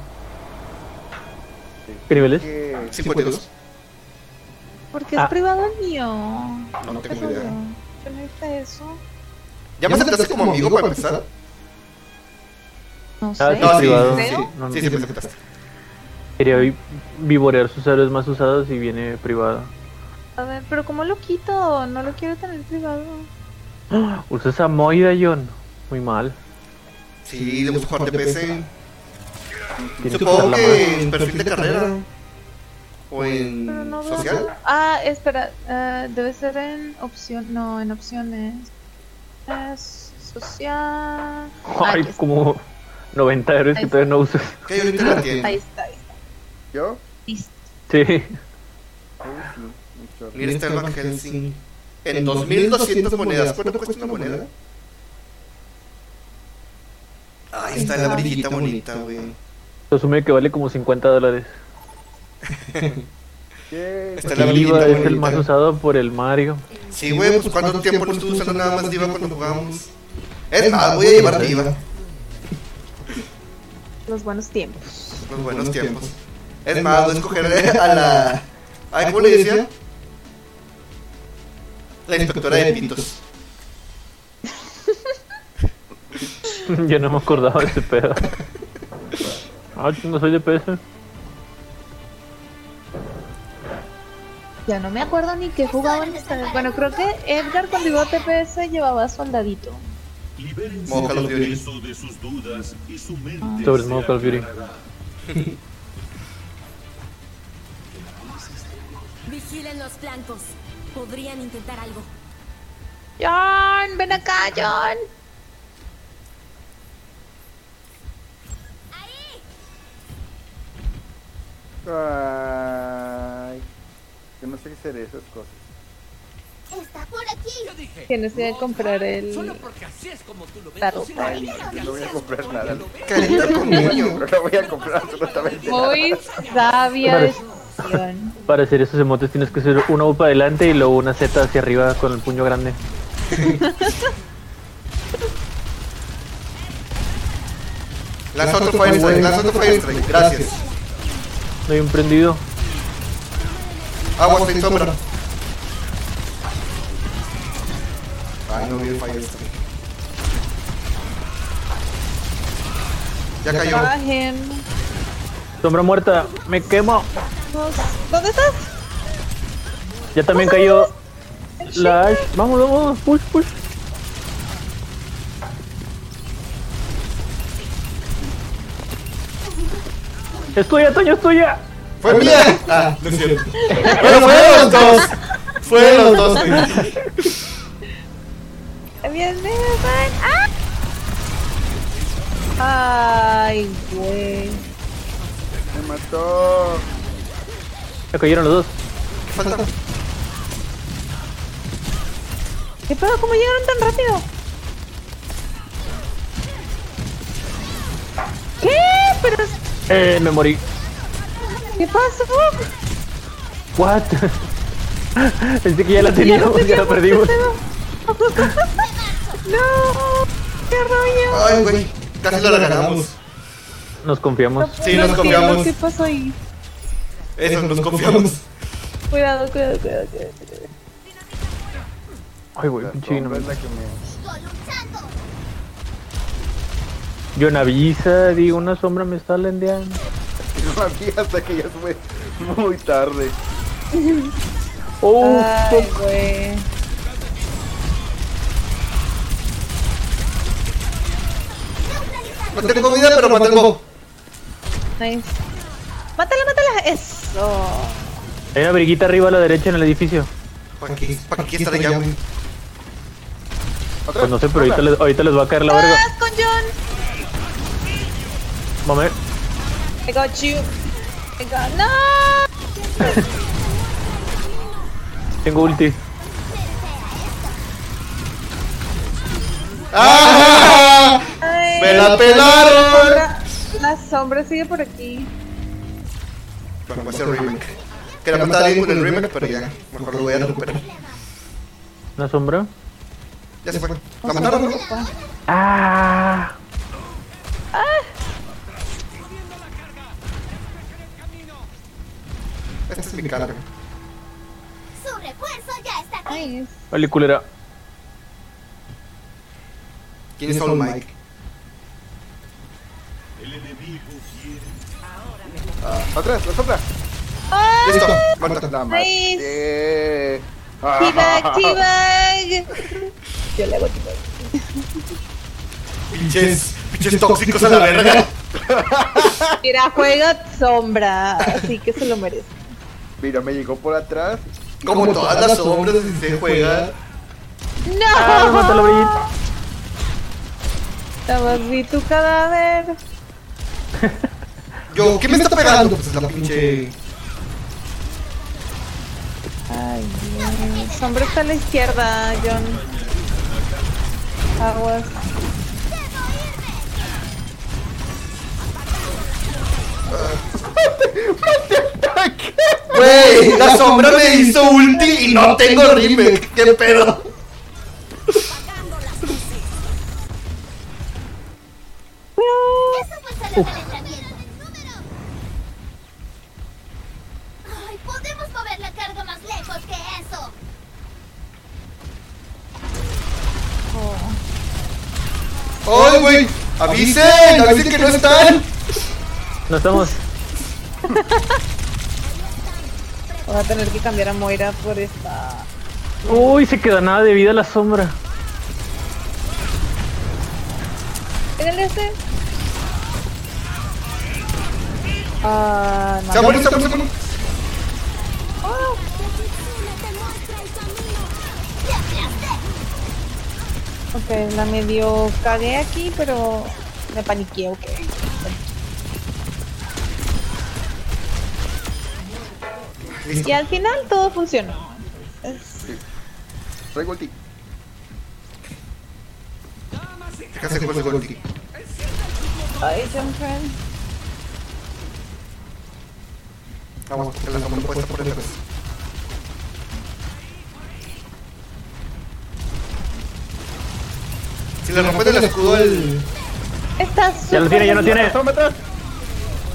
C: ¿Qué niveles?
E: que-
B: 52.
D: Porque es
C: Ah.
D: privado el mío.
B: pues, No, no tengo
D: Pero
B: idea.
D: no, Yo no hice eso.
B: ¿Ya me aceptaste como amigo para empezar?
D: No sé.
C: Ah,
B: No, sí,
C: privado.
B: sí.
D: ¿Creo?
C: No, no.
B: Sí, sí, me aceptaste.
C: Quería vi- vivorear sus héroes más usados y viene privado.
D: A ver, pero ¿cómo lo quito? No lo quiero tener privado.
C: Usa esa moida, John. Muy mal.
B: Sí, debemos jugar de PC.
C: Tiene que
B: Supongo
C: usarla más.
B: que en perfil de carrera. O
D: Pero
B: en
D: no veo.
B: social.
D: Ah, espera. eh, debe ser en opción. No, en opciones. Es social. Ah,
C: Ay,
D: aquí está.
C: como 90 héroes que todavía no usas.
B: Que hay ahorita en la tienda.
D: Ahí está, ahí está.
E: ¿Yo?
D: Listo.
C: Sí.
E: Uy, sí, un chorro.
B: Mira, está el Van Helsing. En 2200 monedas. ¿Cuánto cuesta una moneda? Ay, está la brillita bonita, güey.
C: Se asume que vale como 50 dólares.
E: ¿Qué?
B: Está la
C: El IVA
B: brillita
C: es el más
B: bonita.
C: usado por el Mario.
B: Sí, güey, pues cuánto tiempo lo estuve usando nada más Diva cuando jugábamos. Es más, voy a llevar viva
D: Los buenos tiempos.
B: los buenos tiempos. Es más, voy a escoger a la. ¿A cómo le decía? La inspectora de pitos.
C: Yo no me acordaba de ese pedo. Ah, no soy de PS.
D: Ya no me acuerdo ni qué jugaban esta vez. Bueno, creo que Edgar cuando iba a TPS llevaba soldadito.
F: Libérense
B: Modo Call of
F: del
B: Duty.
F: peso de sus dudas y su mente
C: Sobre
F: se
C: Modo Call of Duty.
F: aclarará.
G: Vigilen los flancos. Podrían intentar algo.
D: John, ven acá, John.
E: Ay, yo no sé qué hacer esas cosas.
H: Está por aquí.
J: Yo dije,
D: Tienes que comprar el-
J: Solo porque así es como tú lo ves.
D: La
J: no se
D: ropa.
J: lo digas,
E: Yo no voy a
J: seas
E: comprar
J: coño,
E: nada.
J: lo ves.
B: Carita con niño.
E: Pero no voy a comprar absolutamente nada.
D: Muy sabia decisión.
C: Para hacer esos emotes tienes que hacer una U para adelante y luego una Z hacia arriba con el puño grande.
B: Lanza otro Fire Strike, lanza otro Fire Strike. Gracias.
C: Doy un prendido.
B: Agua sin sombra. Ay, no vi el Fire Strike. Ya cayó.
D: Bajen.
C: Sombra muerta, me quemo.
D: ¿Dónde estás?
C: Ya también cayó la Ash. Vamos, vamos, push, push. Es tuya, Toño, es tuya.
B: ¡Fue mía! Ah, no es cierto. Pero fue de los dos. Fue de los dos, güey.
D: Bien, bien, ¡Ah! Ay, güey.
E: Me mató.
C: Me cayeron los dos.
B: Falta.
D: ¿Qué pedo? ¿Cómo llegaron tan rápido? ¿Qué? ¿Pero
C: Eh, me morí.
D: qué pasó?
C: What? Pensé que ya la teníamos, ya, la
D: teníamos
C: perdimos.
D: pedo. no, qué rollo.
B: Ay, güey. Casi la ganamos.
C: Nos confiamos.
B: Sí, nos
D: No, ¿qué-
B: confiamos.
D: ¿Qué pasó ahí?
B: Eso, nos confiamos.
D: Cuidado, cuidado, cuidado, cuidado. cuidado.
C: Ay, güey,
E: La
C: pinche
E: sombra
C: no.
E: es la que me-
C: Yo una avisa, digo, una sombra me está lendeando.
E: No había hasta que ya fue muy tarde.
C: Oh,
D: Ay, güey.
B: No tengo vida, pero mantengo.
D: Nice. Mátala, mátala. Eso.
C: Hay una briguita arriba a la derecha en el edificio.
B: ¿Para qué? ¿Para qué estar allá, güey?
E: Otra
C: Pues no sé, pero ahorita les, ahorita les va a caer la verga.
D: ¡Vas con John!
C: Mame,
D: I got you. I got... ¡No!
C: tengo ulti.
B: ¡Ah!
D: Ay,
B: ¡Me la
D: La
B: pelaron!
D: sombra, la sombra sigue por aquí.
B: Bueno, voy a hacer remake. Que la mataba bien con el remake, pero ya. Mejor lo voy a recuperar.
C: ¿Una sombra?
B: Ya se fue. La mataron, ¿no?
C: Ah,
B: Esta es mi cara, güey.
H: Su refuerzo ya está aquí.
D: Nice.
C: vale, culera.
B: ¿Quién es All Mike?
E: Otra, otra.
D: ¡Ah!
B: Listo, muerta.
E: La
D: Nice.
E: maté. Ah.
D: T-Bag, T-Bag. Yo le hago T-Bag.
B: Pinches, pinches tóxicos a la verga.
D: Mira, juega sombra. Así que se lo merece.
E: Mira, me llegó por atrás.
B: Como todas las sombras se juega.
C: Ah, me mató la
D: ¡No!
C: briguita.
D: Nada más vi tu cadáver.
B: Yo, ¿qué me está pegando? Pues es la pinche.
D: Ay, Dios. Sombra está a la izquierda, John. Aguas.
B: Güey, la sombra me hizo ulti y no tengo remake. ¿Qué pedo?
C: Uf.
K: Ay, podemos mover la carga más lejos que eso.
B: ¡Ay, güey! ¡Avisen! ¡Avisen que no están!
C: No estamos.
D: Voy a tener que cambiar a Moira por esta.
C: Uy, se queda nada de vida la sombra.
D: ¿En el este? Ah, no.
B: ¡Se va a morir, se va a morir, se va a morir!
K: ¡Oh! te muestra el camino!
D: Ok, la medio cagué aquí, pero me paniqué, ok.
B: Listo.
D: Y al final todo funcionó.
B: Soy Golti. Acá se fue Golti.
D: Ay, Jumpfriend.
B: Vamos, que la sombra puesta por el revés. Si le rompen el escudo al.
D: Está súper.
C: Ya lo tiene, ya lo tiene.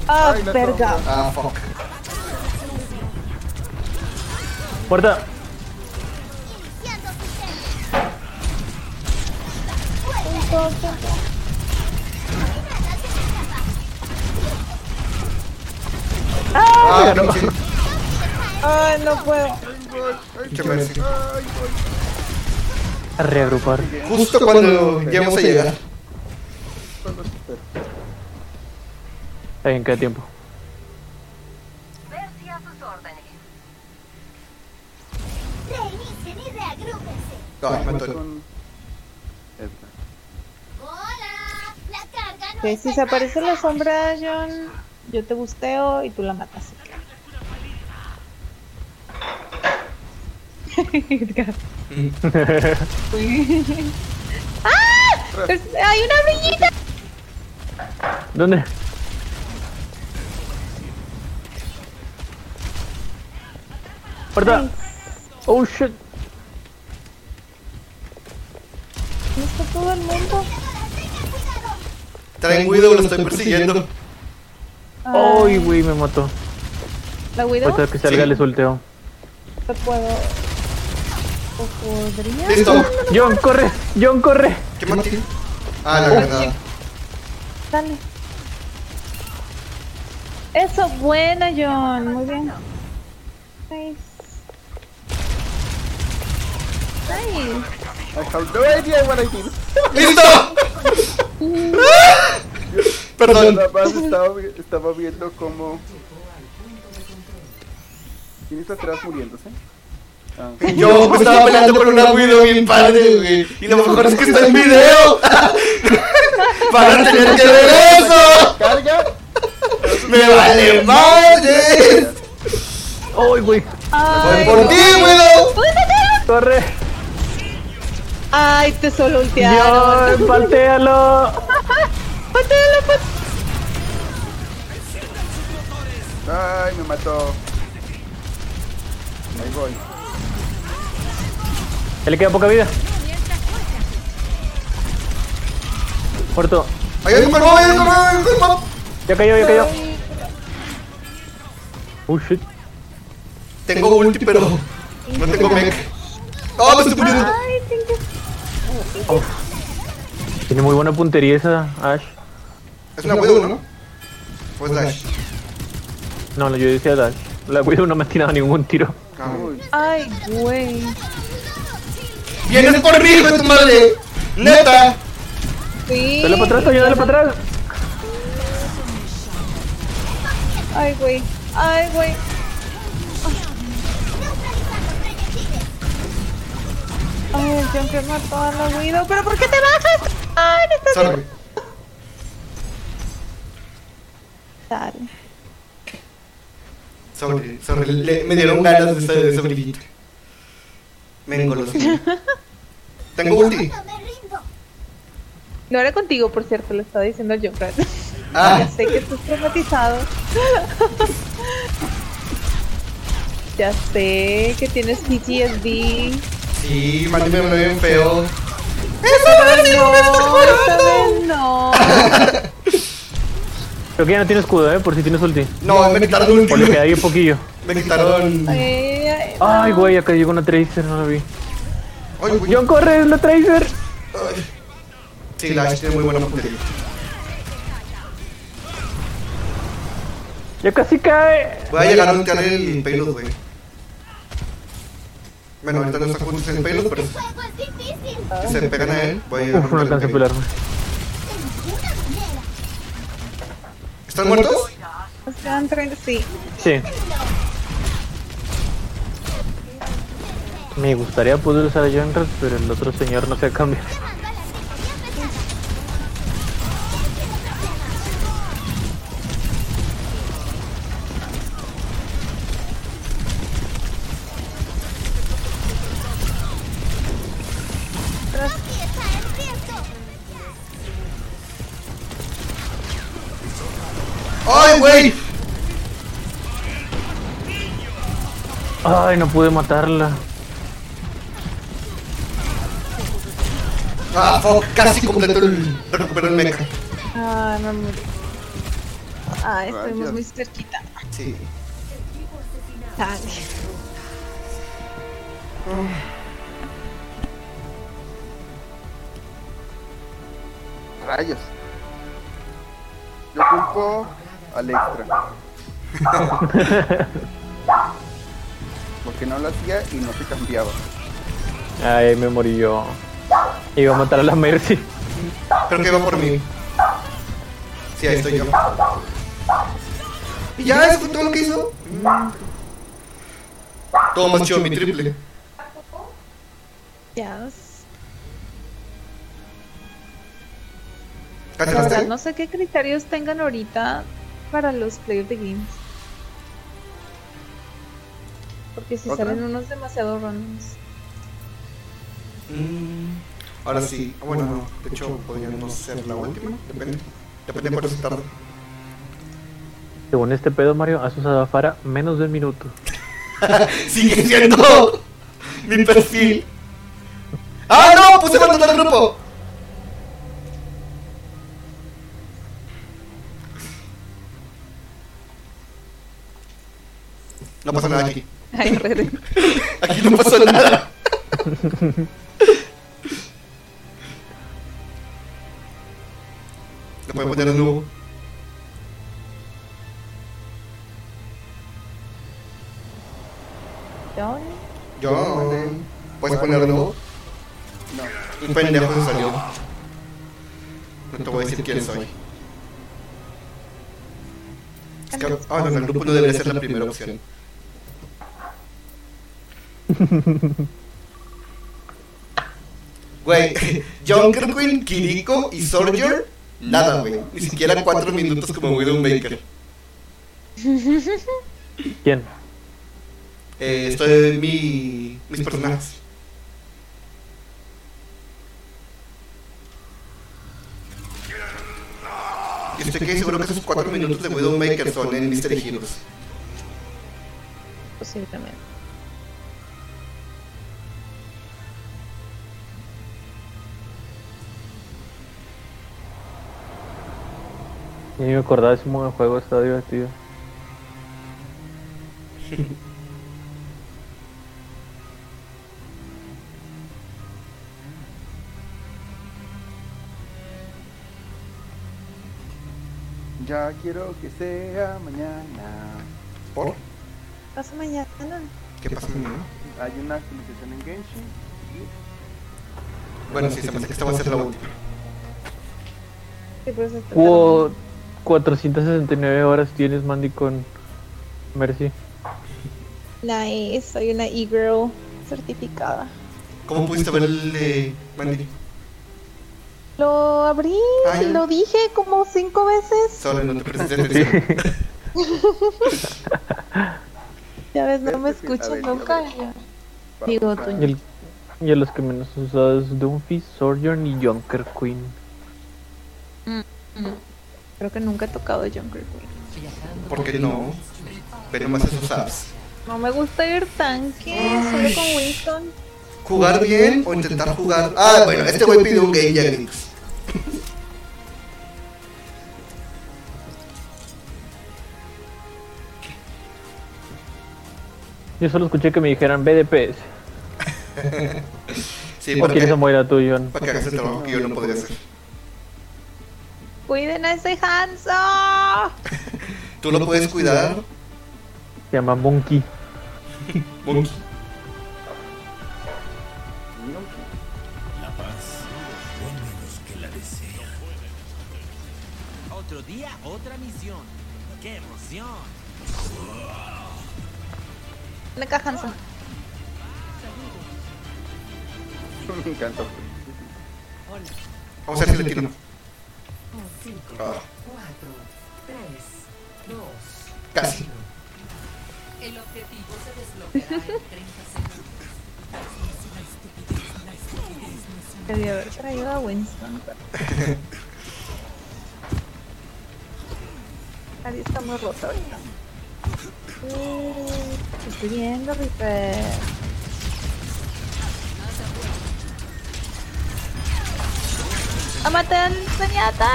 D: Ah, verga.
B: Ah, fuck.
C: Puerta.
B: Ah,
D: Ah,
B: pinche.
D: Ay, no puedo.
B: Pinche Mercy.
C: A reagrupar.
B: Justo cuando ya vamos a llegar.
C: Está bien, queda tiempo.
K: Versi a sus órdenes. Reinicen y reagrúpense.
B: Ay, mató.
K: ¡Hola! La carga no
D: Ok,
K: está
D: si se
K: en
D: aparece
K: marcha.
D: la sombra, John, yo te busteo y tú la matas. ¡Ah! Es- ¡Hay una brillita!
C: ¿Dónde? Puerta. Oh shit.
D: ¿No está todo el mundo?
B: Traen Widow, lo estoy persiguiendo.
C: Ay, güey, me mató.
D: Ah, ¿La Widow?
C: Ahorita que salga
B: Sí.
C: le solteo.
D: ¿Te puedo...? ¿O podría...?
B: Listo.
C: John, corre. John, corre.
B: ¿Qué maté? Ah, la granada.
D: Dale. Eso, buena, John. Muy bien. Nice. Nice.
E: I have no idea what I did.
B: ¡Listo! Perdón.
E: Nada más estaba, vi- estaba viendo cómo. ¿Quién está atrás muriéndose? Ah.
B: Yo me estaba peleando con una Widow bien padre, güey. Y lo mejor es que está en video. ¡Van a tener que ver eso!
E: ¡Carga!
B: ¡Me vale madre!
C: Ay, güey.
D: Ay,
B: ¡Por ti, Widow!
C: Corre.
D: Ay, te solo ultearon.
C: John, paltealo.
D: Pateala, pat-
E: ¡Ay, me mató! Ahí voy.
C: Ya le queda poca vida. Puerto.
B: ¡Ay, ay, colmo, ay, colmo, ay, colmo!
C: Ya cayó, ya cayó. Oh shit.
B: Tengo ulti, pero no tengo mech. ¡Oh, me estoy muriendo!
D: Ay, tengo-
C: Tiene muy buena puntería esa, Ash.
B: Es una Widow, ¿no? Pues Dash.
C: No, no, yo decía Dash. La Widow no me ha tirado ningún tiro.
E: Uy,
D: Ay, güey.
B: ¡Vienes por mí, hijo de tu madre! ¡Neta!
D: Sí.
C: Dale para atrás, Toño, dale para atrás.
D: Ay, güey. Ay, güey. Ay, John que mató a la Widow. ¿Pero por qué te bajas? Ay, no estás
B: Sorry.
D: Dale.
B: Sorry, sorry. le- me dieron ganas de ese, de ese brillito. Me engolosé. Tengo ulti.
K: No me rindo.
D: No era contigo, por cierto, lo estaba diciendo yo, Fran.
B: Ah,
D: Ya sé que estás traumatizado. ya sé que tienes PTSD.
B: sí, Mati me ve bien feo.
D: ¡Eso no es no! ¡Esta vez no!
C: Creo que ya no tiene escudo, eh, por si tienes ulti.
B: No, me quitaron ulti.
C: Por lo que hay un poquillo.
B: Me quitaron.
D: Ay, ay, no.
C: Ay, güey, acá llegó una Tracer, no la vi.
B: Ay, güey.
C: John, corre, es la Tracer.
B: Sí, la Ashe tiene muy buena puntería.
C: Ya casi cae.
B: Voy a llegar a ultear el payload, güey. Bueno, ahorita no está juntos el Ah, payload, pero
K: Juego es difícil.
B: si se pegan a él, voy a llegar a
C: Uf, no
B: ultear el
C: alcancé a
B: payload.
C: pelarme.
K: De ninguna manera.
B: ¿Están muertos?
D: Están tre- Sí.
C: Sí. Me gustaría poder usar a Johnrad, pero el otro señor no se ha cambiado.
K: Aquí está el riesgo.
B: ¡Ay, güey!
C: Ay, no pude matarla.
B: Ah, fuck, casi completo el. Recupero el mecha.
D: Ah, me morí. Ah,
B: Vaya.
D: estuvimos muy cerquita.
B: Sí.
D: Chale.
E: Rayos. Yo culpo al extra. Porque no lo hacía y no se cambiaba.
C: Ay, me morí yo. Iba a matar a la Mercy.
B: Creo que va por mí. Sí, ahí estoy yo. ¿Y ya es todo lo que hizo? Todo más chido Mm. mi triple.
D: Yes. La
B: ¿Cachaste?
D: verdad, no sé qué criterios tengan ahorita para los play of the games. Porque si
E: ¿Otra?
D: salen unos demasiado randoms.
B: Mm, Ahora sí. Ah, Bueno, no. De hecho, podríamos ser la última. Depende. Depende de cuánto se tarda.
C: Según este pedo, Mario, has usado a Farah menos de un minuto.
B: Sigue siendo mi perfil. ¡Ah, no! Puse abandonar el grupo. No pasa nada aquí.
D: Ay, re-
B: Aquí no pasó nada. Lo podemos poner de nuevo.
D: Yo-
B: Yo. ¿Puedes poner de nuevo? No. Un pendejo se salió. No te voy a decir quién soy. Es que, ah, no, el grupo no debería ser la primera opción. Güey, Junker Queen, Kiriko y Soldier, nada, güey. Ni siquiera cuatro minutos como Widowmaker.
C: ¿Quién?
B: Eh, esto es mi, mis personajes. Yo estoy que este, seguro que esos cuatro minutos de Widowmaker son en Mystery Heroes.
D: pues Posiblemente.
C: Ni me acordaba ese modo de juego, está divertido.
E: Ya quiero que sea mañana.
B: ¿Por?
D: Pasa mañana.
B: ¿Qué pasa, mañana?
E: Hay una actualización en Genshin. y-
B: Bueno, sí, se me hace que esta va a ser la última.
D: Sí, por eso está
C: Cuo- 469 horas tienes, Mandy, con Mercy.
D: tardando. Nice, soy una e-girl certificada.
B: ¿Cómo pudiste ver el de Mandy?
D: Lo abrí,
B: Ah, ya.
D: lo dije como cinco veces.
B: Solo no te presentes en televisión.
D: Ya ves, no me
E: Este sí, a
D: escuchas
E: ver, a
D: nunca.
E: ver.
D: ya.
E: Va,
D: Digo,
E: va.
D: tú.
C: Y, el- y a los que menos has usado es Doomfist, Sojourn y Junker Queen.
D: Creo que nunca he tocado Junker Queen.
B: ¿Por qué no? Pero más esos apps.
D: No me gusta ir tanque, solo con Winston.
B: ¿Jugar bien o intentar jugar? Ah, bueno, este güey pidió un Game Jack.
C: Yo solo escuché que me dijeran BDPS.
B: Sí,
C: ¿Por
B: porque-
C: qué hizo morir tú, John?
B: Para que hagas el trabajo que yo no podría hacer.
D: Cuiden a ese Hanzo.
B: Tú lo puedes cuidar.
C: Se llama Monkey.
B: Monkey.
F: La paz, o menos que la desean.
J: Otro día, otra misión. ¡Qué emoción!
D: Acá Hanzo.
E: Me encantó.
B: Vamos a ver si le tiro. Ah, Casi.
I: El objetivo se desbloqueará en 30 segundos.
D: Debí haber traído a Winston. Ahí está muy rota ahorita. Uh, Estoy viendo, Reaper. ¡Amate al Zenyatta!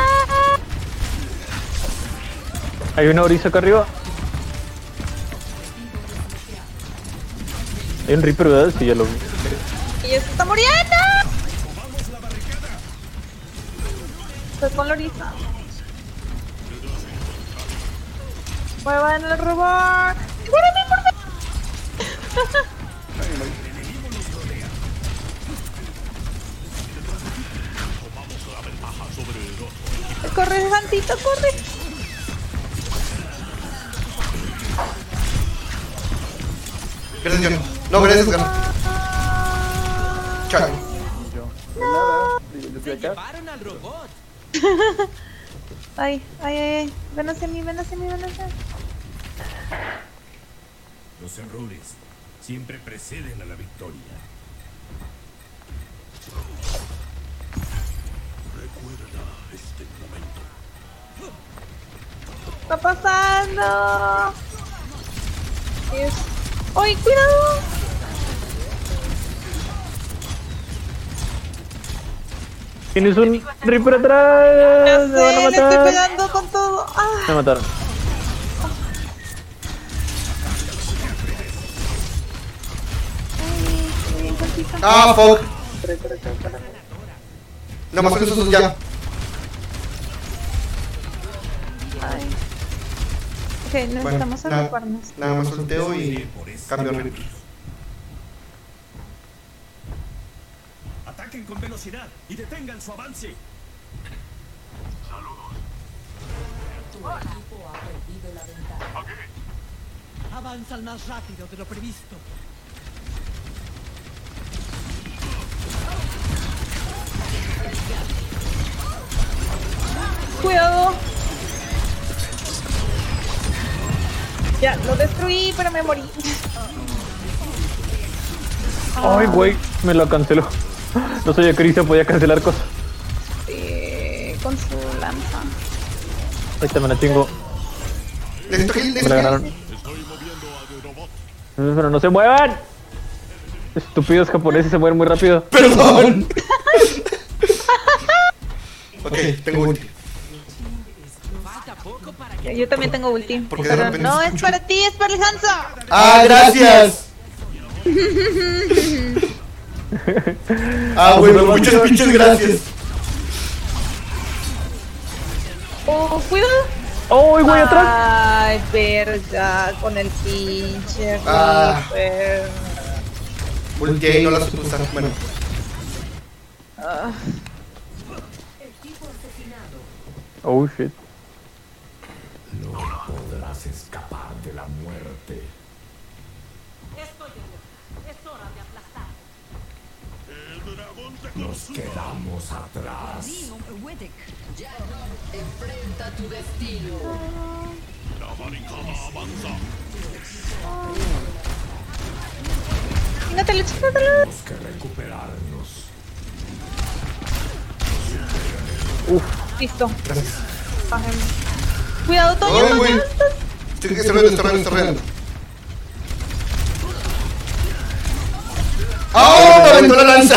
C: Hay una oriza acá arriba. Hay un Reaper, ¿verdad? Sí, ya lo vi.
D: ¡Y ya se está muriendo! Estoy con la orisa. ¡Muevan el robot! ¡Muérame, por favor! ¡Corre, Santito, corre!
B: Gracias, John. No, gracias, Gano.
D: Ah.
B: Chao.
E: Nada, digo, yo estoy acá.
D: ay, ay, ay, ay. Ven hacia mí, ven hacia mí, ven hacia mí.
F: Los errores siempre preceden a la victoria. Recuerda este momento.
D: ¡Está pasando! Dios. ¡Ay, cuidado!
C: Tienes un Reaper atrás. Me van a
D: Sí, le estoy
C: matar.
D: pegando con todo. ¡Ah!
C: Me mataron.
D: Muy bien, Conchita.
B: Ah, fuck. Nomás con esos dos pues, ya.
D: Ay. Ok, no
B: Bueno,
D: estamos
B: nada-
D: agruparnos.
B: Nada más solteo y cambio de rifle.
F: Ataquen con velocidad y detengan su avance.
G: Tu equipo ha perdido la ventaja.
J: Avanzan más rápido de lo previsto.
D: Cuidado. Ya, lo destruí, pero me morí.
C: Ay, güey. Me lo canceló. No soy Crisa, podía cancelar cosas.
D: Sí, este, con su lanza.
C: Esta me la chingo.
B: Necesito heal,
C: Me la
B: necesito
C: ganaron. Pero no se muevan. Estúpidos japoneses se mueven muy rápido.
B: ¡Perdón! Ok, tengo ulti.
D: Yo también tengo ulti.
B: Porque de
D: Pero
B: repente
D: no, es
B: escucho-
D: para ti, es para el Hanzo.
B: ¡Ah, gracias! ¡Ah, bueno, muchas pinches gracias!
D: Oh, cuidado.
C: ¡Oh,
B: güey, atrás!
D: Ay, verga, con el pinche
B: Ah.
D: Reaper.
B: Ultié y no la supe usar. Bueno,
D: Ah.
C: Oh, shit.
F: No podrás escapar de la muerte. Nos quedamos atrás.
G: Enfrenta tu destino.
F: La barricada avanza.
D: Chingatelo, chingatelo.
F: Tenemos que recuperarnos.
D: Listo.
B: gracias.
D: Bájenme. Cuidado, Toño,
B: Ay,
D: Toño.
B: güey. Estoy estorbeando, estorbeando, estorbeando. ¡Ah! ¡Me aventó la lanza!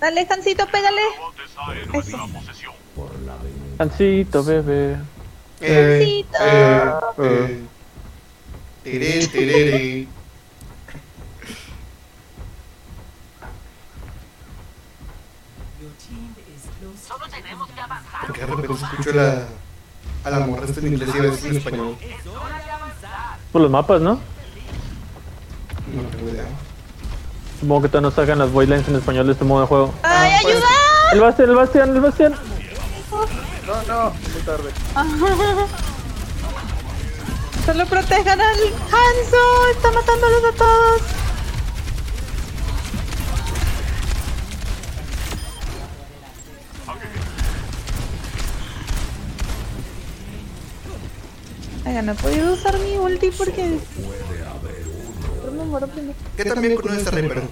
D: Dale, Jancito, pégale. Eso.
F: Por la
C: Pancito, bebé.
B: Eh,
D: Pancito.
B: eh, eh. Tere, terere.
H: Solo tenemos que avanzar.
B: Porque de repente escucho la, a la morra esta en inglés y a veces en español.
C: Por los mapas, ¿no?
B: No tengo idea.
C: Supongo que todavía no sacan las voidlines en español de este modo de juego.
B: Ah,
D: ¡Ay,
C: El Bastian, el Bastian, el Bastian.
E: No, no, muy tarde.
D: ayuda! Solo protejan al Hanzo. Está matándolos a todos. Ay, no he podido usar mi ulti porque... Pero me muero primero.
B: Que también con ese rey, pero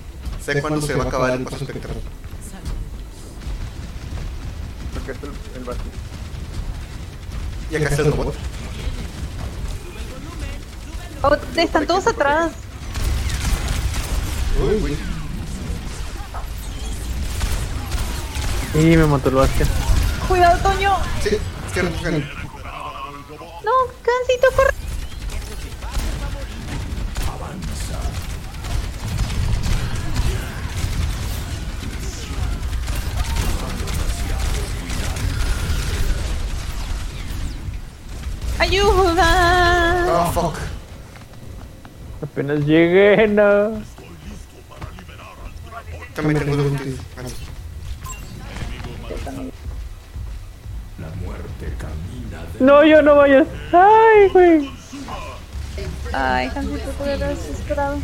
B: sé cuándo se va a acabar el paso espectral.
E: Porque es el, el vacío.
B: Y acá está el robot.
D: Oh, están todos atrás.
B: Uy, uy.
C: Y me mató el Bastian.
D: Cuidado, Toño.
B: Sí, es que recogen.
D: No, Cancito, corre. Ayuda.
B: Oh, fuck.
C: Apenas llegué, no.
B: También tengo dos ultis. Ah, sí.
C: No, yo no vayas. Ay, güey.
D: Ay, Cancito, te hubiera desesperado.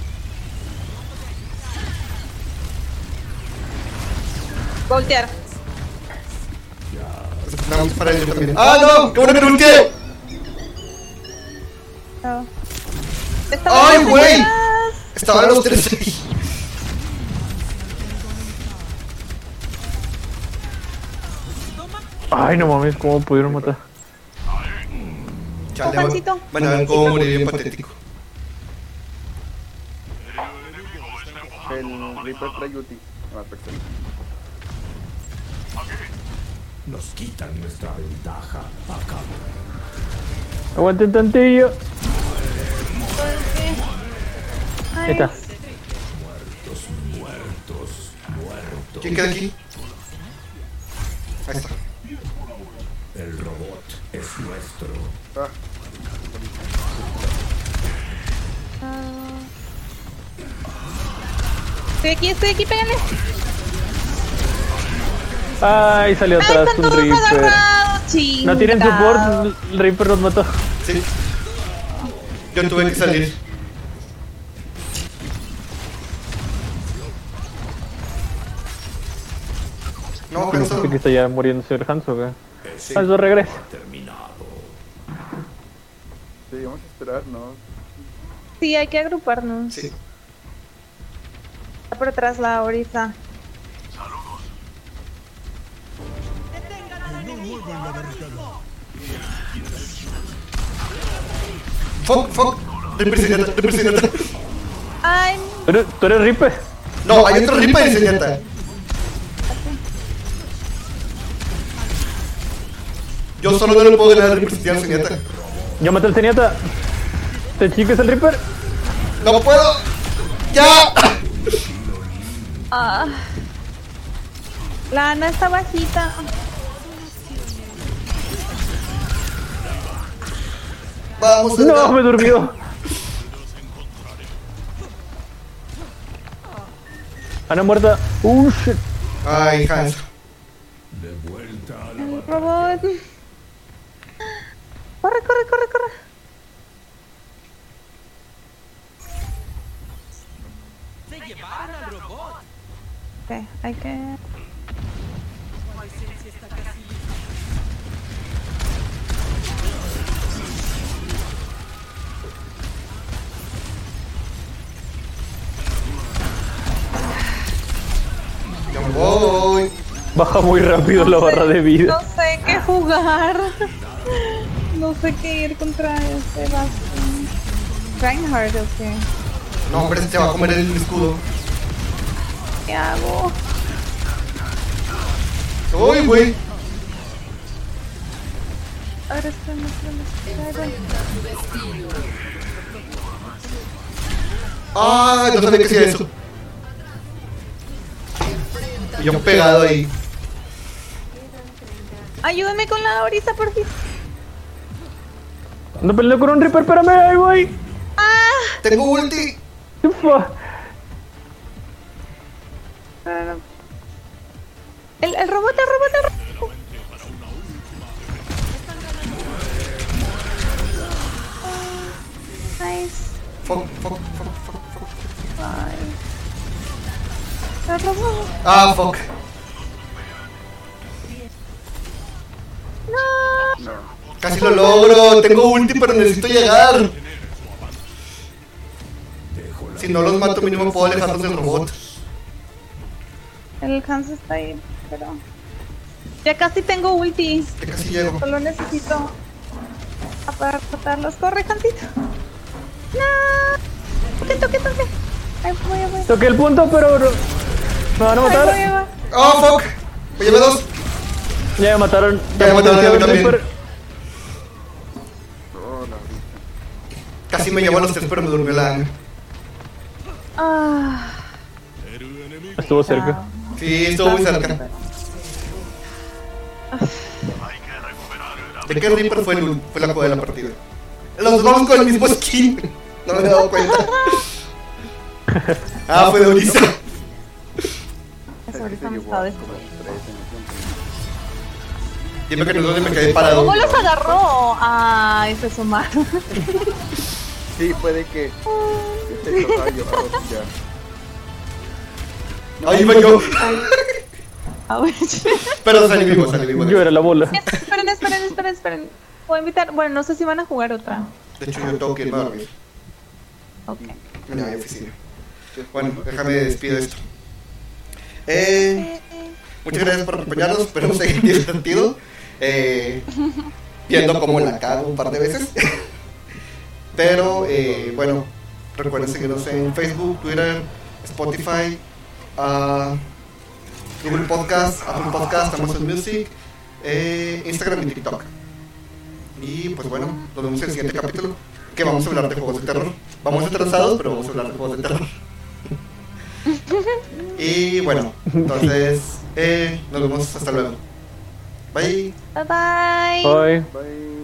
D: Voltear.
B: Vamos para ello también. ¡Ah, no! ¡Qué bueno que no ultié!
D: No. Estaban
B: ¡Ay,
D: las
B: güey!
D: señoras.
B: Estaban los tres ahí.
C: Ay, no mames, ¿cómo pudieron matar?
B: Chale,
D: Oh, Juancito.
B: van- van a ver cómo morir bien patético.
E: El Reaper trae Uti. Ah, perfecto.
F: Nos quitan nuestra ventaja. Acabo.
C: Aguanten tantillo. Ahí
D: Ay,
C: está.
F: Muertos, muertos.
B: ¿Quién queda aquí? Ahí está.
F: El robot es nuestro.
E: Ah,
D: ah. Estoy aquí, estoy aquí, pégale.
C: Ay, salió
D: Ay,
C: atrás
D: están
C: un
D: todos
C: Reaper.
D: agarrados.
C: No tienen
D: chingado.
C: support, el Reaper los mató.
B: Sí. Yo tuve que salir. No,
C: No
B: Hanzo.
C: sé que está ya muriéndose el Hanzo, güey. Hanzo regresa.
E: sí, vamos a esperar, ¿no?
D: Sí, hay que agruparnos.
B: Sí.
D: Está por atrás la ahorita.
B: Fuck, fuck. Representante, representante.
D: Ay,
C: ¿Tú eres, tú eres Reaper?
B: No, hay otro ripa de señata. Yo solo no le puedo ganar al representar a señata.
C: Yo maté al Zenyatta. ¿Te chiques el Reaper?
B: ¡No puedo! ¡Ya!
D: ah. La Ana está bajita.
B: Vamos,
C: No,
B: Ana.
C: me durmió. Ana Ah, muerta. Uh, shit.
B: Ay, Hans.
F: De vuelta a la
D: El robot. Corre, corre, corre, corre. Ok, hay que.
B: Yo me voy.
C: Baja muy rápido la barra de vida.
D: No sé qué jugar. No sé qué ir contra este Bastion. Reinhardt, ¿o qué?
B: No, hombre, se va a comer el escudo.
D: ¿Qué hago?
B: ¡Uy, güey!
D: Ahora está en nuestra
B: ¡Ah! No sabía que hacía eso. Y Yo pegado ahí.
D: Ayúdame con la orisa, por fin.
C: No peleo con un Reaper, espérame, ahí voy.
B: Tengo ulti.
C: Ufa.
D: El, el robot, el robot, el robot. Ah, Nice.
B: Fuck, fuck, fuck, fuck, fuck.
D: Bye. El robot.
B: Ah, fuck.
D: No.
B: Casi lo logro. Tengo ulti, pero necesito llegar. Si no los mato, mínimo puedo alejarlos del robot.
D: El Hans está ahí, pero. Ya casi tengo ulti.
B: Ya casi llego.
D: Solo necesito apartarlos. Corre, Hansito. No. Toque, toque, toque. Ahí voy, ahí voy.
C: Toqué el punto, pero. no- Me van a
D: Ahí voy, ahí
C: matar.
D: voy.
B: ¡Oh, fuck! Me llevé dos.
C: Ya me mataron.
B: Ya me mataron a mí también.
C: Reaper.
B: Casi me llevo a los tres, pero me durmió la Ana.
D: Ah.
C: Estuvo cerca.
B: Sí, estuvo muy cerca. ¿De qué Reaper fue, el, ul- fue la jugada de la partida? Los dos con el mismo skin. No me he dado cuenta. Ah, fue de Ulisa.
D: Las orisas me estaba destruyendo.
B: Dime que no es donde me quedé parado.
D: ¿Cómo los agarró? Ay, se sumaron.
E: Sí, puede que. Este estaba llevado ya.
B: Ahí me yo.
D: A ver.
B: Pero salí vivo, salí vivo.
C: Yo era la bola.
D: esperen, esperen, esperen, esperen. Puedo invitar. Bueno, no sé si van a jugar otra.
B: De hecho, yo tengo que irme a dormir.
D: Ok.
B: No, hay oficina. Bueno, déjame despido esto. Eh, muchas gracias por acompañarnos. Esperemos seguir divertido. Eh, viendo cómo la cago un par de veces. Pero eh, bueno, recuerden seguirnos en Facebook, Twitter, Spotify, ah, Google Podcast, Apple Podcast, Amazon Music, eh, Instagram y TikTok. Y pues bueno, nos vemos en el siguiente capítulo, que vamos a hablar de juegos de terror. Vamos atrasados, pero vamos a hablar de juegos de terror. y bueno, entonces eh, nos vemos hasta luego. Bye.
D: Bye bye.
C: Bye.
E: Bye.